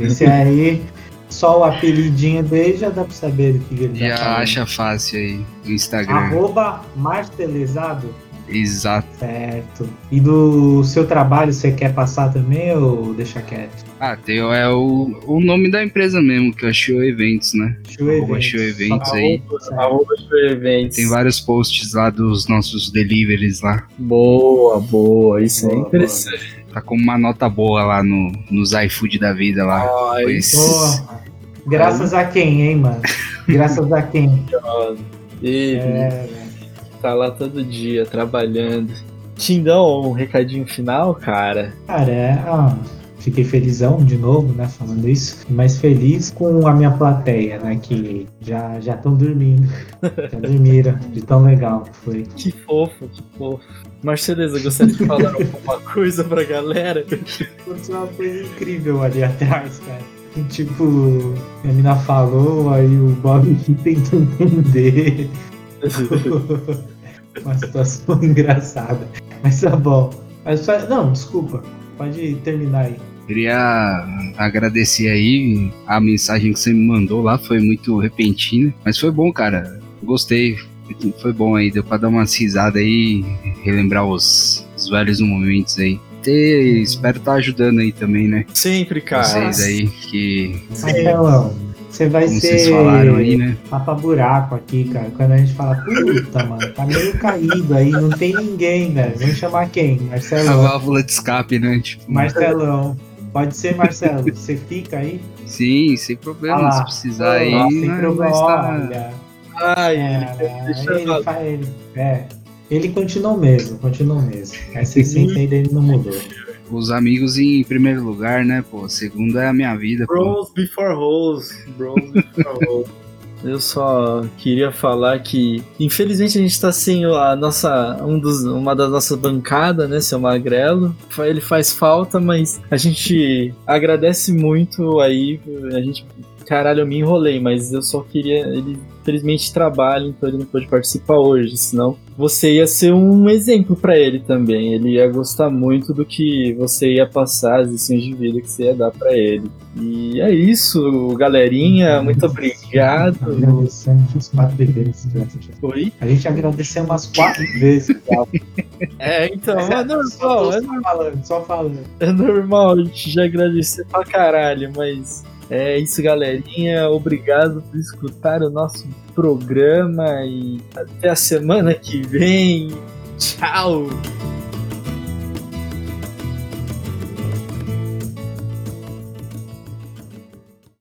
Speaker 11: Esse aí, só o apelidinho dele já dá pra saber do que ele tá
Speaker 7: Já
Speaker 11: falando.
Speaker 7: acha fácil aí no Instagram.
Speaker 11: Arroba Marcelezado.
Speaker 7: Exato.
Speaker 11: Certo. E do seu trabalho, você quer passar também ou deixa quieto?
Speaker 7: Ah, tem, o- é o, o nome da empresa mesmo, que é o Show Events, né?
Speaker 11: Show
Speaker 7: Arroba Show Events aí.
Speaker 10: Arroba Show Events.
Speaker 7: Tem vários posts lá dos nossos deliveries lá.
Speaker 10: Boa, boa, isso é interessante.
Speaker 7: Tá com uma nota boa lá no, nos iFood da vida lá. Pois-
Speaker 11: Porra. Graças a quem, hein, mano? Graças a quem? É,
Speaker 10: Ele tá lá todo dia trabalhando. Tindão, um recadinho final, cara.
Speaker 11: Cara, é, ah, fiquei felizão de novo, né, falando isso, mas feliz com a minha plateia, né, que já já estão dormindo, já dormiram, de tão legal que foi.
Speaker 10: Que fofo, que fofo. Marceleza, gostaria de falar alguma coisa pra galera?
Speaker 11: Aconteceu é uma coisa incrível ali atrás, cara. E, tipo, a mina falou, aí o Bob tentou entender. Uma situação engraçada. Mas tá bom. Mas só- não, desculpa. Pode terminar aí.
Speaker 7: Queria agradecer aí a mensagem que você me mandou lá, foi muito repentina, mas foi bom, cara. Gostei. Foi bom aí, deu pra dar umas risadas aí, relembrar os, os velhos momentos aí. E espero estar ajudando aí também, né?
Speaker 10: Sempre, cara.
Speaker 7: Vocês aí que.
Speaker 11: Marcelão, você vai
Speaker 7: Como
Speaker 11: ser
Speaker 7: vocês falaram aí, né?
Speaker 11: tapa buraco aqui, cara. Quando a gente fala, puta, mano, tá meio caído aí, não tem ninguém, velho. Vamos chamar quem?
Speaker 7: A
Speaker 11: Marcelão.
Speaker 7: válvula de escape, né? Tipo,
Speaker 11: Marcelão. Pode ser, Marcelo. Você fica aí?
Speaker 7: Sim, sem problema.
Speaker 11: Ah lá.
Speaker 7: se
Speaker 11: Ah,
Speaker 7: precisar aí,
Speaker 11: sem
Speaker 7: nós-
Speaker 11: problema,
Speaker 7: nós tá-
Speaker 11: olha.
Speaker 10: Ai,
Speaker 11: ele, ele, fa- ele, é, ele continua o mesmo, continua o mesmo. Essa
Speaker 7: Uhum.
Speaker 11: essência aí dele não mudou.
Speaker 7: Os amigos em primeiro lugar, né? Pô, segundo é a minha vida. Pô.
Speaker 10: Bros before hoes. Bros before hoes. Eu só queria falar que, infelizmente, a gente tá sem a nossa, um dos, uma das nossas bancadas, né? Seu Magrelo. Fa- Ele faz falta, mas a gente agradece muito aí. A gente, caralho, eu me enrolei, mas eu só queria. Ele, infelizmente, trabalha, então ele não pôde participar hoje, senão você ia ser um exemplo pra ele também. Ele ia gostar muito do que você ia passar, as lições de vida que você ia dar pra ele. E é isso, galerinha. é, Muito obrigado.
Speaker 11: Agradecemos umas quatro vezes.
Speaker 10: Oi?
Speaker 11: A gente agradeceu umas quatro vezes. Gal.
Speaker 10: É, então,
Speaker 11: Mas
Speaker 10: é normal, é
Speaker 11: normal. Falando, só falando.
Speaker 10: É normal, a gente já agradecer pra caralho, mas é isso, galerinha. Obrigado por escutar o nosso programa e até a semana que vem. Tchau!